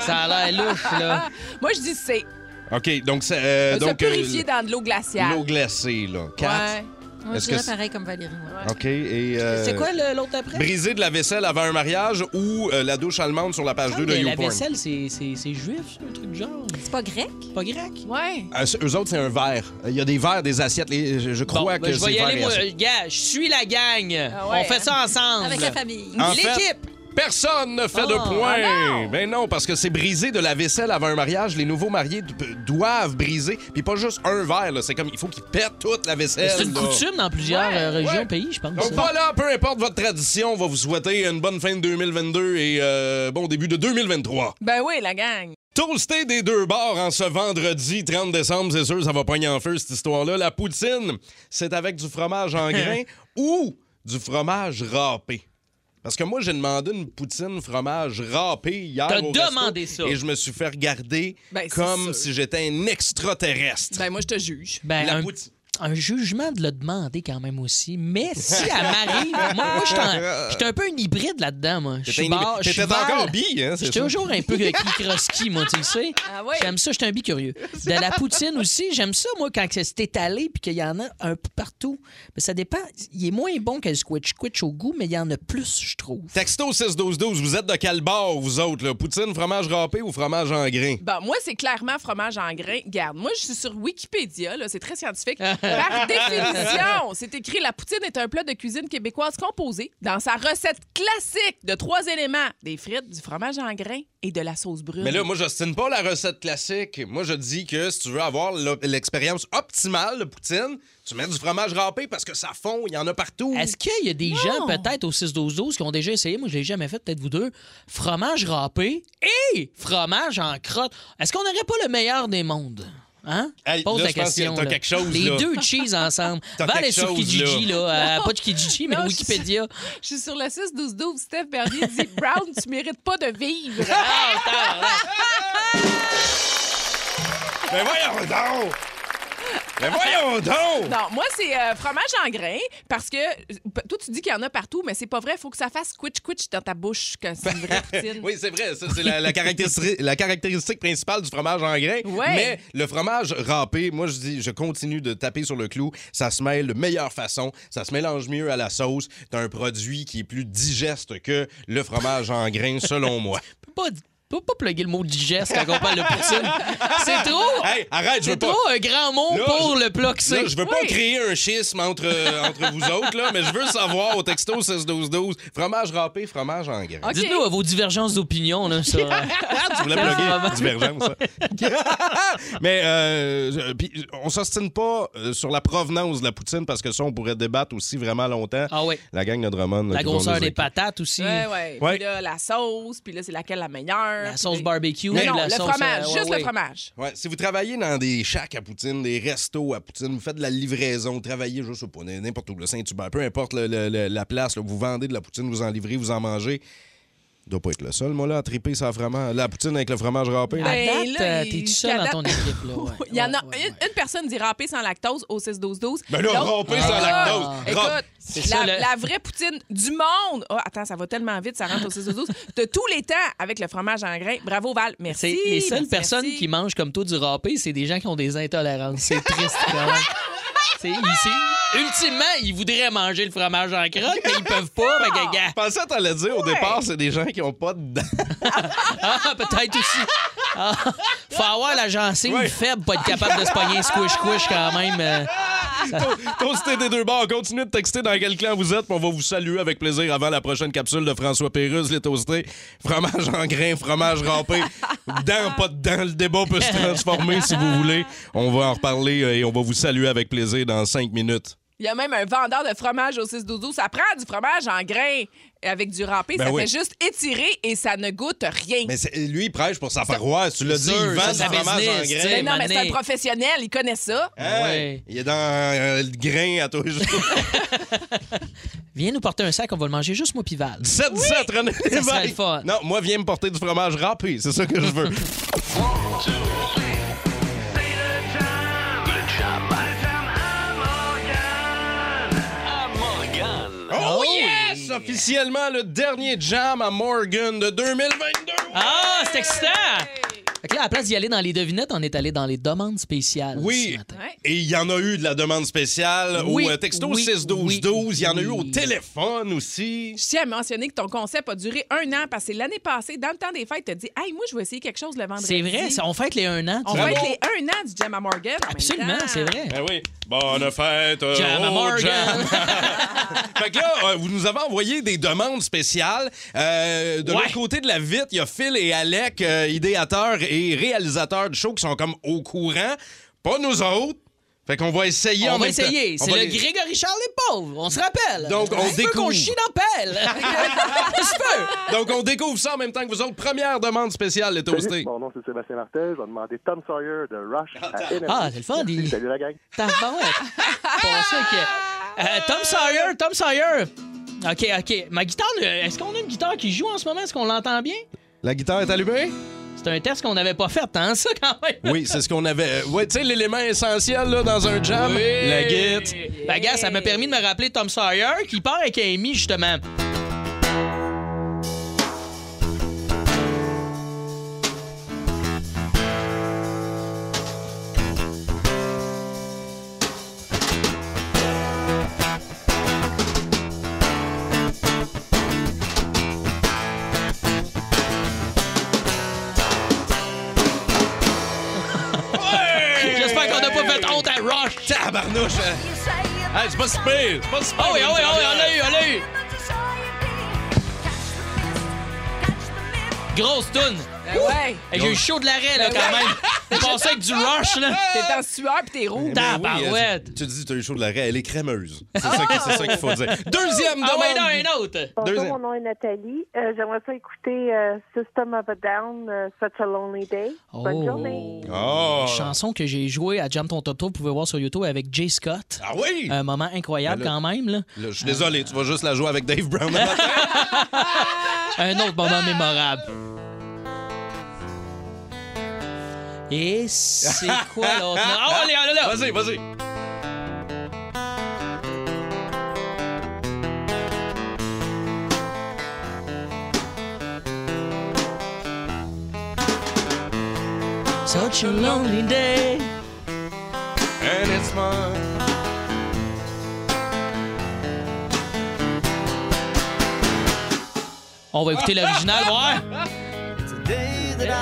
[SPEAKER 4] ça a l'air louche, là.
[SPEAKER 5] moi, je dis c'est.
[SPEAKER 3] OK, donc... c'est, euh,
[SPEAKER 5] se
[SPEAKER 3] donc euh,
[SPEAKER 5] purifier dans de l'eau glaciale.
[SPEAKER 3] L'eau glacée, là. Quatre.
[SPEAKER 5] Ouais.
[SPEAKER 6] Moi,
[SPEAKER 3] Est-ce que
[SPEAKER 6] je dirais
[SPEAKER 3] c'est-
[SPEAKER 6] pareil comme Valérie. moi.
[SPEAKER 3] OK, et... euh,
[SPEAKER 4] C'est quoi le- l'autre après?
[SPEAKER 3] Briser de la vaisselle avant un mariage ou euh, la douche allemande sur la page
[SPEAKER 4] Ah,
[SPEAKER 3] 2 de
[SPEAKER 4] mais la
[SPEAKER 3] YouPorn.
[SPEAKER 4] vaisselle, c'est c'est- c'est juif, ça, un truc du genre.
[SPEAKER 6] C'est pas grec?
[SPEAKER 4] C'est Pas grec.
[SPEAKER 5] Ouais.
[SPEAKER 3] Euh, c'est- eux autres, c'est un verre. Euh, Il y a des verres, des assiettes. les- je, je
[SPEAKER 4] Bon,
[SPEAKER 3] crois
[SPEAKER 4] ben,
[SPEAKER 3] que
[SPEAKER 4] je
[SPEAKER 3] c'est
[SPEAKER 4] vais y
[SPEAKER 3] verre
[SPEAKER 4] aller,
[SPEAKER 3] et
[SPEAKER 4] moi.
[SPEAKER 3] assiette.
[SPEAKER 4] euh, Gars, je suis la gang.
[SPEAKER 5] Ah ouais,
[SPEAKER 4] On fait ça ensemble.
[SPEAKER 6] Avec la famille.
[SPEAKER 3] En fait,
[SPEAKER 4] L'équipe.
[SPEAKER 3] Personne ne fait de
[SPEAKER 4] Ah,
[SPEAKER 3] point.
[SPEAKER 5] ah non.
[SPEAKER 3] Ben non, parce que c'est briser de la vaisselle avant un mariage. Les nouveaux mariés d- doivent briser. Puis pas juste un verre, là. C'est comme, il faut qu'ils pètent toute la vaisselle.
[SPEAKER 4] C'est une
[SPEAKER 3] là.
[SPEAKER 4] coutume dans plusieurs
[SPEAKER 3] Ouais,
[SPEAKER 4] euh, régions,
[SPEAKER 3] ouais.
[SPEAKER 4] pays, je pense.
[SPEAKER 3] Donc
[SPEAKER 4] ça.
[SPEAKER 3] voilà, peu importe votre tradition, on va vous souhaiter une bonne fin de 2022 et euh, bon début de 2023.
[SPEAKER 5] Ben oui, la gang.
[SPEAKER 3] Toasté des deux bords en ce vendredi 30 décembre, c'est sûr, ça va pogner en feu cette histoire-là. La poutine, c'est avec du fromage en grain ou du fromage râpé. Parce que moi, j'ai demandé une poutine fromage râpé hier.
[SPEAKER 4] T'as
[SPEAKER 3] au resto
[SPEAKER 4] demandé ça.
[SPEAKER 3] Et je me suis fait regarder
[SPEAKER 5] Ben, c'est
[SPEAKER 3] comme
[SPEAKER 5] sûr.
[SPEAKER 3] si j'étais un extraterrestre.
[SPEAKER 5] Ben moi, je te juge.
[SPEAKER 4] Ben,
[SPEAKER 3] la
[SPEAKER 4] un,
[SPEAKER 3] poutine.
[SPEAKER 4] un jugement de le demander quand même aussi. Mais si elle m'arrive, moi, moi je suis un- je suis un peu un hybride là-dedans, moi. Je suis
[SPEAKER 3] T'étais
[SPEAKER 4] bar- je suis
[SPEAKER 3] t'étais
[SPEAKER 4] val-
[SPEAKER 3] encore bille, hein, c'est
[SPEAKER 4] J'étais
[SPEAKER 3] ça?
[SPEAKER 4] toujours un peu kikroski, moi, tu le sais.
[SPEAKER 5] Ah oui.
[SPEAKER 4] J'aime ça, j'étais un bicurieux. De la poutine aussi, j'aime ça, moi, quand c'est étalé puis qu'il y en a un peu partout. Mais ça dépend. Il est moins bon que le squitch-squitch au goût, mais il y en a plus, je trouve.
[SPEAKER 3] Texto 6-12-12, vous êtes de quel bord, vous autres? Là? Poutine, fromage râpé ou fromage en grain?
[SPEAKER 5] Bon, Bah, moi, c'est clairement fromage en grain. Garde, moi, je suis sur Wikipédia, là, c'est très scientifique. Par définition, c'est écrit la poutine est un plat de cuisine québécoise composé dans sa recette classique de trois éléments des frites, du fromage en grain et de la sauce brune.
[SPEAKER 3] Mais là, moi, j'ostine pas la recette classique. Moi, je dis que si tu veux avoir l'o- l'expérience optimale de poutine, tu mets du fromage râpé parce que ça fond, il y en a partout.
[SPEAKER 4] Est-ce qu'il y a des gens, peut-être, au 6-12-12 qui ont déjà essayé, moi je l'ai jamais fait, peut-être vous deux, fromage râpé et fromage en crotte. Est-ce qu'on n'aurait pas le meilleur des mondes? Hein?
[SPEAKER 3] Hey,
[SPEAKER 4] Pose
[SPEAKER 3] là,
[SPEAKER 4] la
[SPEAKER 3] je pense que
[SPEAKER 4] question.
[SPEAKER 3] t'as
[SPEAKER 4] là.
[SPEAKER 3] quelque chose,
[SPEAKER 4] Les
[SPEAKER 3] là.
[SPEAKER 4] deux cheese ensemble.
[SPEAKER 3] T'as
[SPEAKER 4] Val
[SPEAKER 3] quelque
[SPEAKER 4] est sur
[SPEAKER 3] chose,
[SPEAKER 4] Kijiji, là. euh,
[SPEAKER 5] Non.
[SPEAKER 4] pas de Kijiji, mais
[SPEAKER 5] Non, je-
[SPEAKER 4] Wikipédia.
[SPEAKER 5] Je suis sur le 6-12-12. Steph Bernier dit Brown, tu mérites pas de vivre.
[SPEAKER 3] Mais voyons donc! Mais voyons donc!
[SPEAKER 5] Non, moi, c'est euh, fromage en grain parce que p- toi, tu dis qu'il y en a partout, mais c'est pas vrai. Il faut que ça fasse quitch-quitch dans ta bouche quand c'est une vraie poutine.
[SPEAKER 3] Oui, c'est vrai. Ça, c'est la, la caractéristique, la caractéristique principale du fromage en grain.
[SPEAKER 5] Ouais.
[SPEAKER 3] Mais le fromage râpé, moi, je dis, je continue de taper sur le clou. Ça se mêle de meilleure façon. Ça se mélange mieux à la sauce. T'as un produit qui est plus digeste que le fromage en grain, selon moi.
[SPEAKER 4] Pas, Faut pas plugger le mot digeste quand on parle de poutine. C'est trop.
[SPEAKER 3] Hey, arrête, je veux
[SPEAKER 4] C'est
[SPEAKER 3] pas.
[SPEAKER 4] trop un grand mot
[SPEAKER 3] Là,
[SPEAKER 4] pour
[SPEAKER 3] je-
[SPEAKER 4] le plat que c'est.
[SPEAKER 3] Là, je veux pas
[SPEAKER 5] Oui.
[SPEAKER 3] créer un schisme entre, euh, entre vous autres, là, mais je veux savoir au texto 16-12-12, fromage râpé, fromage en grain.
[SPEAKER 5] OK.
[SPEAKER 4] Dites-nous euh, vos divergences d'opinion là, sur. euh,
[SPEAKER 3] tu voulais plugger Divergence. hein? Mais euh, je- puis on s'ostine pas euh, sur la provenance de la poutine parce que ça, on pourrait débattre aussi vraiment longtemps.
[SPEAKER 4] Ah ouais.
[SPEAKER 3] La gang de Drummond. là,
[SPEAKER 4] La
[SPEAKER 3] qui vont
[SPEAKER 4] grosseur
[SPEAKER 3] nous
[SPEAKER 4] des
[SPEAKER 3] écouter.
[SPEAKER 4] patates aussi.
[SPEAKER 5] Ouais, ouais.
[SPEAKER 3] Ouais.
[SPEAKER 5] Puis là, la sauce, puis là, c'est laquelle la meilleure.
[SPEAKER 4] La
[SPEAKER 5] puis
[SPEAKER 4] sauce
[SPEAKER 5] des-
[SPEAKER 4] barbecue.
[SPEAKER 5] Non, non,
[SPEAKER 4] la
[SPEAKER 5] le
[SPEAKER 4] sauce,
[SPEAKER 5] fromage,
[SPEAKER 4] euh, ouais,
[SPEAKER 5] juste
[SPEAKER 4] ouais.
[SPEAKER 5] le fromage.
[SPEAKER 3] Ouais, si vous travaillez dans des chacs à poutine, des restos à poutine, vous faites de la livraison, vous travaillez, je sais pas, n'importe où, le Saint-Hubert, peu importe le- le- le- la place, là, vous vendez de la poutine, vous en livrez, vous en mangez. Doit pas être le seul, moi, là, à triper sa fromage, la poutine avec le fromage râpé. là.
[SPEAKER 4] À
[SPEAKER 5] Ben,
[SPEAKER 4] date,
[SPEAKER 5] là,
[SPEAKER 4] euh,
[SPEAKER 5] il-
[SPEAKER 4] t'es tout seul
[SPEAKER 5] à
[SPEAKER 4] dans ton
[SPEAKER 5] date-
[SPEAKER 4] équipe. Là, ouais.
[SPEAKER 5] Il y en
[SPEAKER 4] Ouais,
[SPEAKER 5] a
[SPEAKER 4] ouais,
[SPEAKER 5] une,
[SPEAKER 4] ouais.
[SPEAKER 5] une personne dit râper sans lactose au 6-12-12.
[SPEAKER 3] Ben là,
[SPEAKER 5] L'autre- ah,
[SPEAKER 3] râper sans lactose.
[SPEAKER 5] Écoute,
[SPEAKER 3] Râpe.
[SPEAKER 4] C'est
[SPEAKER 5] la,
[SPEAKER 4] ça, le-
[SPEAKER 5] la vraie poutine du monde. Ah, attends, ça va tellement vite, ça rentre au 6-12-12. De tous les temps, avec le fromage en grain. Bravo, Val.
[SPEAKER 4] C'est
[SPEAKER 5] Merci.
[SPEAKER 4] les seules
[SPEAKER 5] merci,
[SPEAKER 4] personnes
[SPEAKER 5] merci.
[SPEAKER 4] qui mangent comme toi du râpé, c'est des gens qui ont des intolérances. C'est triste quand même. C'est ici. Ultimement, ils voudraient manger le fromage en crotte, mais ils peuvent pas. fait que, gars,
[SPEAKER 3] Je pensais que t'allais dire au départ, c'est des gens qui ont pas de dents.
[SPEAKER 4] Ah, peut-être aussi. Ah, faut avoir la gencive
[SPEAKER 3] Ouais.
[SPEAKER 4] faible pour être capable de se pogner un squish-squish quand même. euh.
[SPEAKER 3] Toasté des deux bords. Continuez de texter dans quel clan vous êtes. puis On va vous saluer avec plaisir avant la prochaine capsule de François Pérus, les toastés. Fromage en grain, fromage râpé. Dedans, pas dedans. Le débat peut se transformer si vous voulez. On va en reparler euh, et on va vous saluer avec plaisir dans cinq minutes.
[SPEAKER 5] Il y a même un vendeur de fromage au 6-12-12. Ça prend du fromage en grain avec du râpé.
[SPEAKER 3] Ben
[SPEAKER 5] ça
[SPEAKER 3] oui.
[SPEAKER 5] fait juste étirer et ça ne goûte rien.
[SPEAKER 3] Mais c'est- lui, il prêche pour sa paroisse. Tu l'as dit,
[SPEAKER 4] sûr,
[SPEAKER 3] il vend
[SPEAKER 4] ça,
[SPEAKER 3] du
[SPEAKER 4] sa
[SPEAKER 3] fromage en
[SPEAKER 4] business,
[SPEAKER 3] grain.
[SPEAKER 5] Ben non, mais c'est un
[SPEAKER 4] Mané.
[SPEAKER 5] professionnel, il connaît ça.
[SPEAKER 3] Hein?
[SPEAKER 4] Ouais.
[SPEAKER 3] Il est dans euh, le grain à tous les jours.
[SPEAKER 4] Viens nous porter un sac, on va le manger juste moi pival.
[SPEAKER 3] 17, 17, René
[SPEAKER 4] Ça serait
[SPEAKER 3] Lévesque.
[SPEAKER 4] le fun.
[SPEAKER 3] Non, moi, viens me porter du fromage râpé. C'est ça que je veux.
[SPEAKER 1] Le jam. à Morgane.
[SPEAKER 3] Oh, yes! Officiellement le dernier jam à Morgan de 2022.
[SPEAKER 4] Ah, c'est excitant! Fait que là, à la place d'y aller dans les devinettes, on est allé dans les demandes spéciales.
[SPEAKER 3] Oui,
[SPEAKER 4] ce matin.
[SPEAKER 5] Ouais.
[SPEAKER 3] et il y en a eu de la demande spéciale
[SPEAKER 4] Oui,
[SPEAKER 3] au euh, texto
[SPEAKER 4] oui,
[SPEAKER 3] 6-12-12. Il y en a eu au
[SPEAKER 4] oui.
[SPEAKER 3] téléphone aussi.
[SPEAKER 5] Je tiens à mentionner que ton concept a duré un an parce que l'année passée, dans le temps des fêtes, tu as dit Hey, moi, je vais essayer quelque chose le vendredi.
[SPEAKER 4] C'est vrai, ça, on fête les un an.
[SPEAKER 5] On
[SPEAKER 4] tu
[SPEAKER 5] va
[SPEAKER 4] vois.
[SPEAKER 5] être les un an du Jam à Morgan. en même
[SPEAKER 4] Absolument,
[SPEAKER 5] temps.
[SPEAKER 4] c'est vrai.
[SPEAKER 3] Ben oui. Bonne fête. euh,
[SPEAKER 4] Jam à
[SPEAKER 3] au
[SPEAKER 4] Morgan.
[SPEAKER 3] jam. fait que là, euh, vous nous avez envoyé des demandes spéciales. Euh, de
[SPEAKER 4] Ouais.
[SPEAKER 3] l'autre côté de la vitre, il y a Phil et Alec, euh, idéateurs et réalisateurs du show, qui sont comme au courant. Pas nous autres. Fait qu'on va essayer en
[SPEAKER 4] On va
[SPEAKER 3] même temps.
[SPEAKER 4] essayer.
[SPEAKER 3] On
[SPEAKER 4] C'est
[SPEAKER 3] va
[SPEAKER 4] le
[SPEAKER 3] les-
[SPEAKER 4] Grégory Charles les pauvres. On se rappelle.
[SPEAKER 3] Donc, on
[SPEAKER 4] Ça se peut qu'on
[SPEAKER 3] découvre.
[SPEAKER 4] chie dans pelle. Ça se peut.
[SPEAKER 3] Donc, on découvre ça en même temps que vous autres. Première demande spéciale, les toastés.
[SPEAKER 7] Salut, Mon nom, c'est Sébastien Martel. Je vais demander Tom Sawyer de Rush à NMD.
[SPEAKER 4] Ah, c'est le fun. Il...
[SPEAKER 7] Salut la gang.
[SPEAKER 4] Tabarouette. Pensais que- Euh, Tom Sawyer, Tom Sawyer. OK, OK. Ma guitare, euh, est-ce qu'on a une guitare qui joue en ce moment? Est-ce qu'on l'entend bien?
[SPEAKER 3] La guitare est allumée?
[SPEAKER 4] C'est un test qu'on n'avait pas fait, hein, ça, quand même?
[SPEAKER 3] Oui, c'est ce qu'on avait. euh, Ouais, tu sais, l'élément essentiel là, dans un jam, la guitare.
[SPEAKER 4] Ben, gars, ça m'a permis de me rappeler Tom Sawyer qui part avec Amy, justement. J'espère qu'on n'a pas fait honte à Rush.
[SPEAKER 3] Tabarnouche! hein. Hey, c'est pas si pire! C'est pas si pire!
[SPEAKER 4] Ah oui, ah oui, ah oui, on l'a eu, on l'a eu. Grosse toune.
[SPEAKER 5] Ben ouais.
[SPEAKER 4] Hey, J'ai eu chaud de l'arrêt, là, quand même. Je pensais avec du rush, là.
[SPEAKER 5] T'es en sueur puis t'es rouge.
[SPEAKER 3] Ben oui,
[SPEAKER 4] Tabarouette.
[SPEAKER 3] elle- tu dis, tu as eu chaud de l'arrêt, elle est crémeuse. C'est ça que- c'est ça qu'il faut dire. Deuxième
[SPEAKER 4] Ah oui, non,
[SPEAKER 3] demande!
[SPEAKER 4] un autre.
[SPEAKER 8] Ah.
[SPEAKER 9] Bonjour,
[SPEAKER 3] Deuxième.
[SPEAKER 9] mon nom est Nathalie. Euh, J'aimerais ça écouter euh, System of a Down, euh, Such a Lonely Day. Bonne journée.
[SPEAKER 3] Oh!
[SPEAKER 4] Chanson que j'ai jouée à Jam Ton Top Tour, vous pouvez voir sur YouTube avec Jay Scott.
[SPEAKER 3] Ah oui!
[SPEAKER 4] Un moment incroyable
[SPEAKER 3] Ben là-
[SPEAKER 4] quand même. Là.
[SPEAKER 3] Là, je suis désolé, tu vas juste la jouer avec Dave Brown.
[SPEAKER 4] Un autre moment mémorable. Et c'est quoi l'autre? Non, Ah, allez, allez, là!
[SPEAKER 3] Vas-y, vas-y!
[SPEAKER 4] Such a lonely day.
[SPEAKER 3] And it's fun.
[SPEAKER 4] On va écouter l'original, voir.
[SPEAKER 3] Today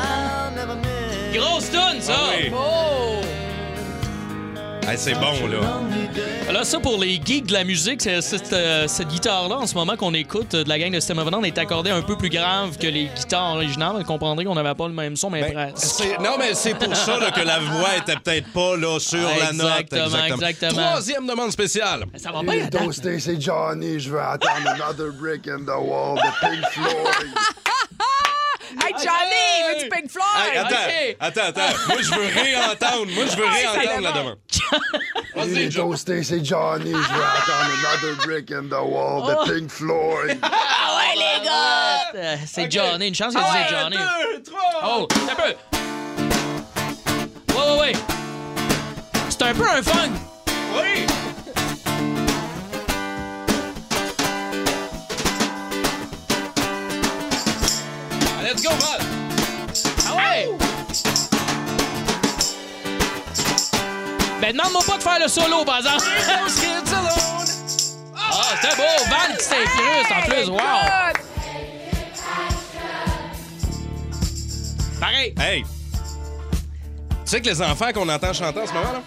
[SPEAKER 4] grosse tune, ça!
[SPEAKER 3] Ah oui.
[SPEAKER 5] Oh!
[SPEAKER 3] Hey, c'est bon, là.
[SPEAKER 4] Là, ça, pour les geeks de la musique, c'est- c'est, euh, cette guitare-là, en ce moment qu'on écoute euh, de la gang de System of a Down, est accordée un peu plus grave que les guitares originales. Vous comprendrez qu'on n'avait pas le même son, mais
[SPEAKER 3] Ben,
[SPEAKER 4] presque.
[SPEAKER 3] c'est- non, mais c'est pour ça là, que la voix était peut-être pas là sur la note.
[SPEAKER 4] Exactement, exactement.
[SPEAKER 3] Troisième demande spéciale.
[SPEAKER 4] Ça va bien, Adam?
[SPEAKER 10] c'est Johnny, je veux attendre another brick in the wall de Pink Floyd.
[SPEAKER 5] Hey, Johnny, veux-tu Pink Floyd?
[SPEAKER 3] Hey, attends,
[SPEAKER 4] ok.
[SPEAKER 3] attends, attends. Moi, je veux réentendre. Moi, je veux réentendre la demande. Vas-y, Joe.
[SPEAKER 10] toasté, c'est Johnny, je veux attendre another brick in the wall de Pink Floyd.
[SPEAKER 4] Euh, C'est Johnny, une chance que
[SPEAKER 3] Ah
[SPEAKER 4] c'est
[SPEAKER 3] ouais,
[SPEAKER 4] Johnny.
[SPEAKER 3] deux, trois.
[SPEAKER 4] Oh, un peu. Ouais, ouais, ouais. C'est un peu un funk.
[SPEAKER 3] Oui. Let's go, Val.
[SPEAKER 4] Ah ouais! Ben, demande-moi pas de faire le solo, par exemple. Ah, c'était beau! Val qui s'incruste en plus, wow!
[SPEAKER 5] Écoute,
[SPEAKER 4] Pareil!
[SPEAKER 3] Hey! Tu sais que les enfants qu'on entend chanter en ce moment, là?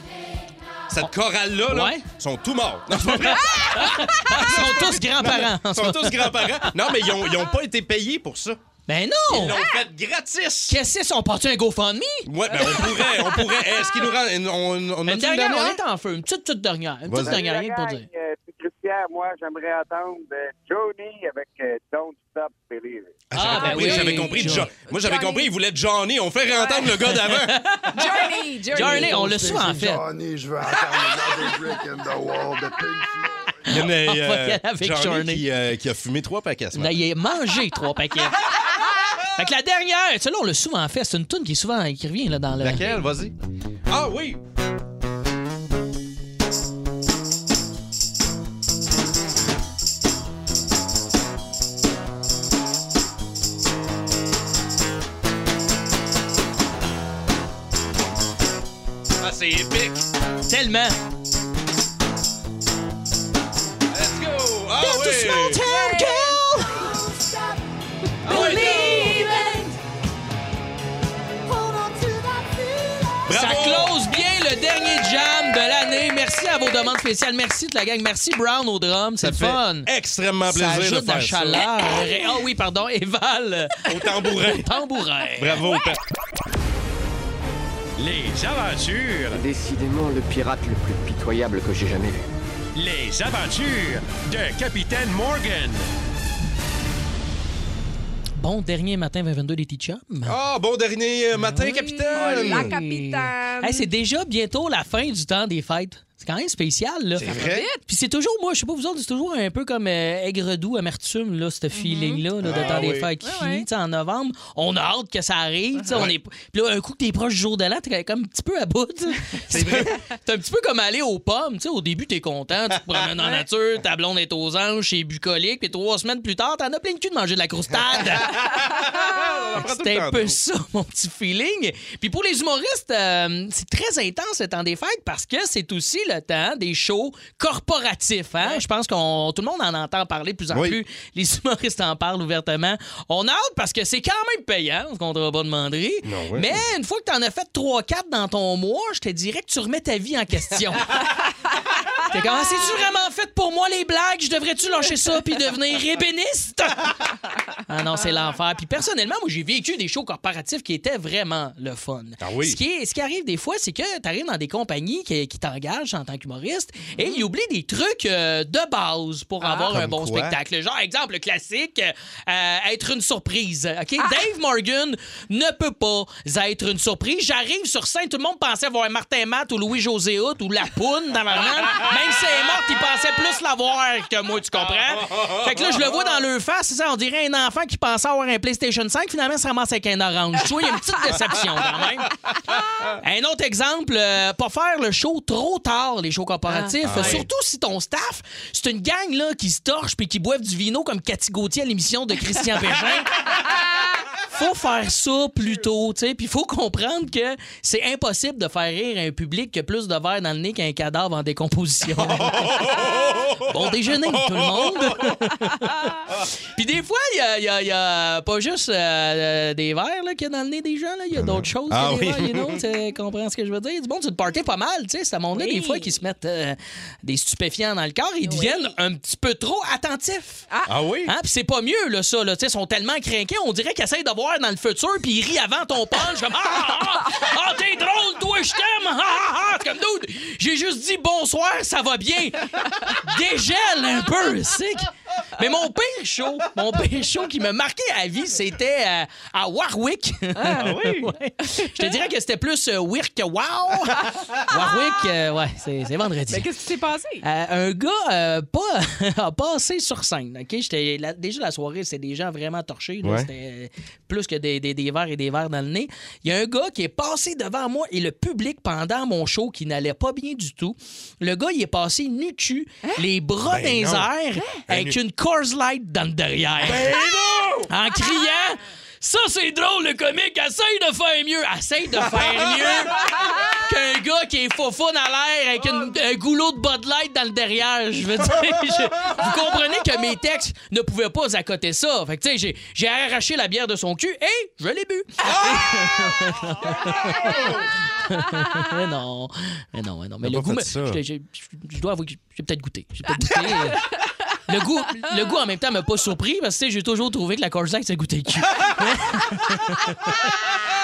[SPEAKER 3] Cette chorale-là, là,
[SPEAKER 4] Oh. Ouais.
[SPEAKER 3] sont tous morts. Non, c'est pas vrai.
[SPEAKER 4] Ils sont tous grands-parents.
[SPEAKER 3] Ils sont tous grands-parents. Non, mais ils ont, ils ont pas été payés pour ça.
[SPEAKER 4] Ben
[SPEAKER 3] Ils
[SPEAKER 4] non!
[SPEAKER 3] l'ont fait gratis.
[SPEAKER 4] Qu'est-ce que c'est? On partit un GoFundMe?
[SPEAKER 3] Ouais, ben on pourrait, on pourrait. Est-ce qu'ils nous rendent... On, on a
[SPEAKER 4] Une dernière, on
[SPEAKER 3] Ben
[SPEAKER 4] est en feu. Une petite, toute dernière. Une petite
[SPEAKER 3] Vas-y.
[SPEAKER 4] dernière, rien que pour dire.
[SPEAKER 7] Christian, Euh, moi, j'aimerais attendre euh, Johnny avec euh, Don't Stop Believing.
[SPEAKER 4] Ah, ben oui,
[SPEAKER 3] j'avais compris.
[SPEAKER 4] Johnny.
[SPEAKER 3] Jo- Moi, j'avais
[SPEAKER 5] Johnny.
[SPEAKER 3] compris, ils voulaient Johnny. On fait réentendre le gars d'avant.
[SPEAKER 5] Johnny, Johnny.
[SPEAKER 4] Journey, on l'a su en fait.
[SPEAKER 10] Johnny, je veux attendre another brick in the wall de Pink Floyd.
[SPEAKER 3] Il y en a euh,
[SPEAKER 4] On va y aller avec Johnny.
[SPEAKER 3] Qui, euh, qui a fumé trois paquets ce
[SPEAKER 4] Là,
[SPEAKER 3] matin.
[SPEAKER 4] il a mangé trois paquets. Fait que la dernière, celle-là, on l'a souvent fait. C'est une toune qui, est souvent, qui revient là, dans le.
[SPEAKER 3] Laquelle? Vas-y. Ah oui! Ah, c'est épique!
[SPEAKER 4] Tellement.
[SPEAKER 3] Ah Let's go! Ah
[SPEAKER 4] Got to small
[SPEAKER 3] oui!
[SPEAKER 4] town girl.
[SPEAKER 3] Ah oui!
[SPEAKER 4] Ça
[SPEAKER 3] Bravo!
[SPEAKER 4] close bien le dernier jam de l'année. Merci à vos demandes spéciales. Merci de la gang. Merci Brown au drum. C'est
[SPEAKER 3] Ça
[SPEAKER 4] le
[SPEAKER 3] fait
[SPEAKER 4] fun.
[SPEAKER 3] extrêmement
[SPEAKER 4] Ça
[SPEAKER 3] plaisir
[SPEAKER 4] ajoute
[SPEAKER 3] de
[SPEAKER 4] de la
[SPEAKER 3] faire ça.
[SPEAKER 4] chaleur. Ah oui, pardon, Eval.
[SPEAKER 3] Au tambourin.
[SPEAKER 4] Tambourin.
[SPEAKER 3] Bravo, Pat.
[SPEAKER 11] Les aventures,
[SPEAKER 12] Décidément le pirate le plus pitoyable que j'ai jamais vu.
[SPEAKER 11] les aventures de Capitaine Morgan.
[SPEAKER 4] Bon dernier matin 2022 des T-Chums.
[SPEAKER 3] Ah, bon dernier matin,
[SPEAKER 5] Oh, la
[SPEAKER 3] capitaine!
[SPEAKER 5] capitaine.
[SPEAKER 4] Hey, c'est déjà bientôt la fin du temps des fêtes. C'est quand même spécial, là.
[SPEAKER 3] C'est vrai?
[SPEAKER 4] Puis c'est toujours, moi, je sais pas vous autres, c'est toujours un peu comme euh, aigre-doux, amertume, là, ce feeling-là, là, de
[SPEAKER 3] Ah
[SPEAKER 4] temps des
[SPEAKER 3] oui.
[SPEAKER 4] fêtes qui
[SPEAKER 5] Ouais,
[SPEAKER 4] finit,
[SPEAKER 5] ouais.
[SPEAKER 4] tu sais, en novembre. On a hâte que ça arrive, tu sais, on est... Puis là, un coup que t'es proche du jour de l'an, t'es comme un petit peu à bout, tu sais. C'est
[SPEAKER 3] vrai.
[SPEAKER 4] un petit peu comme aller aux pommes, tu sais, au début, t'es content, tu te promènes en nature, ta blonde est aux anges, c'est bucolique, puis trois semaines plus tard, t'en as plein le cul de manger de la croustade. C'était un peu ça, mon petit feeling. Puis pour les humoristes, euh, c'est très intense le temps des fêtes parce que c'est aussi le temps des shows corporatifs. hein. Je pense qu'on tout le monde en entend parler de plus en
[SPEAKER 3] Oui.
[SPEAKER 4] plus. Les humoristes en parlent ouvertement. On a hâte parce que c'est quand même payant, ce qu'on ne pas demander.
[SPEAKER 3] Non, ouais.
[SPEAKER 4] Mais une fois que tu en as fait 3-4 dans ton mois, je te dirais que tu remets ta vie en question. T'es comme, Ah, c'est-tu vraiment fait pour moi les blagues? Je devrais-tu lâcher ça puis devenir ébéniste? ah non, c'est l'enfer. Puis personnellement, moi, j'ai vécu des shows corporatifs qui étaient vraiment le fun.
[SPEAKER 3] Ah oui.
[SPEAKER 4] Ce qui, est- ce qui arrive des fois, c'est que t'arrives dans des compagnies qui, qui t'engagent en tant qu'humoriste et ils oublient des trucs euh, de base pour avoir un
[SPEAKER 3] Comme
[SPEAKER 4] bon
[SPEAKER 3] quoi?
[SPEAKER 4] spectacle. Genre, exemple classique, euh, être une surprise. OK? Dave Morgan ne peut pas être une surprise. J'arrive sur scène, tout le monde pensait voir Martin Matt ou Louis-José Hout ou La Poune dans la main. Même si elle est morte, ils pensaient plus l'avoir que moi, tu comprends? Fait que là, je le vois dans leur face, c'est ça, on dirait un enfant qui pensait avoir un PlayStation 5, finalement, ça ramasse avec un orange. Tu vois, il y a une petite déception quand même.
[SPEAKER 3] Hein?
[SPEAKER 4] Un autre exemple, euh, pas faire le show trop tard, les shows corporatifs.
[SPEAKER 3] Ah, ouais.
[SPEAKER 4] Surtout si ton staff, c'est une gang là, qui se torche puis qui boivent du vino comme Cathy Gauthier à l'émission de Christian Bégin. faut faire ça plus tôt, tu sais. Puis il faut comprendre que c'est impossible de faire rire un public qui a plus de verre dans le nez qu'un cadavre en décomposition. bon déjeuner, tout le monde. Puis des fois, il y a- il y a, il y a pas juste euh, euh, des verres là, qu'il y a dans le nez des gens, là. il y a d'autres choses. que
[SPEAKER 3] Ah
[SPEAKER 4] des
[SPEAKER 3] oui.
[SPEAKER 4] verres, you know, tu sais, comprends ce que je veux dire? Du monde, tu te partais pas mal, tu sais, ça montre des fois qu'ils se mettent euh, des stupéfiants dans le corps, ils deviennent un petit peu trop attentifs. Ah,
[SPEAKER 3] oui?
[SPEAKER 4] Hein? Puis c'est pas mieux, là, ça. Là. Tu sais, Ils sont tellement craqués, on dirait qu'ils essayent de voir dans le futur, puis ils rient avant ton punch. comme Ah, ah, ah, t'es drôle, toi, je t'aime! Ah, ah, ah. C'est comme dude, j'ai juste dit bonsoir, ça va bien. Dégèle un peu, sick. Mais mon pire show, mon pire show qui m'a marqué à vie, c'était euh, à Warwick.
[SPEAKER 13] Ah oui?
[SPEAKER 4] Ouais. Je te dirais que c'était plus euh, Wirk que Wow. Warwick, euh, ouais, c'est c'est vendredi.
[SPEAKER 5] Mais qu'est-ce qui s'est passé?
[SPEAKER 4] Euh, un gars euh, pas, a passé sur scène. ok? J'étais la- déjà la soirée, c'était des gens vraiment torchés. là.
[SPEAKER 3] Ouais.
[SPEAKER 4] C'était euh, plus que des, des- des verres et des verres dans le nez. Il y a un gars qui est passé devant moi et le public pendant mon show qui n'allait pas bien du tout. Le gars, il est passé nu cul, les bras
[SPEAKER 13] Ben
[SPEAKER 4] dans les
[SPEAKER 13] non.
[SPEAKER 4] airs,
[SPEAKER 13] Un
[SPEAKER 4] avec
[SPEAKER 13] nu- Ben
[SPEAKER 4] une Coors Light dans le derrière. En criant... Ça, c'est drôle, le comique. Essaye de faire mieux. Essaye de faire mieux qu'un gars qui est faux dans l'air avec une- un goulot de Bud Light dans le derrière. Je veux dire, je- vous comprenez que mes textes ne pouvaient pas accoter ça. Fait que, tu sais, j'ai- j'ai arraché la bière de son cul et je l'ai bu. mais non, mais non, mais non. Mais
[SPEAKER 13] T'as
[SPEAKER 4] le
[SPEAKER 13] pas
[SPEAKER 4] goût,
[SPEAKER 13] fait
[SPEAKER 4] me-
[SPEAKER 13] ça.
[SPEAKER 4] je, je- je- je dois avouer que j'ai peut-être goûté. J'ai peut-être goûté. euh, le, goût, le goût, en même temps, m'a pas surpris parce que, tu sais, j'ai toujours trouvé que la Coors Light, ça goûtait le cul.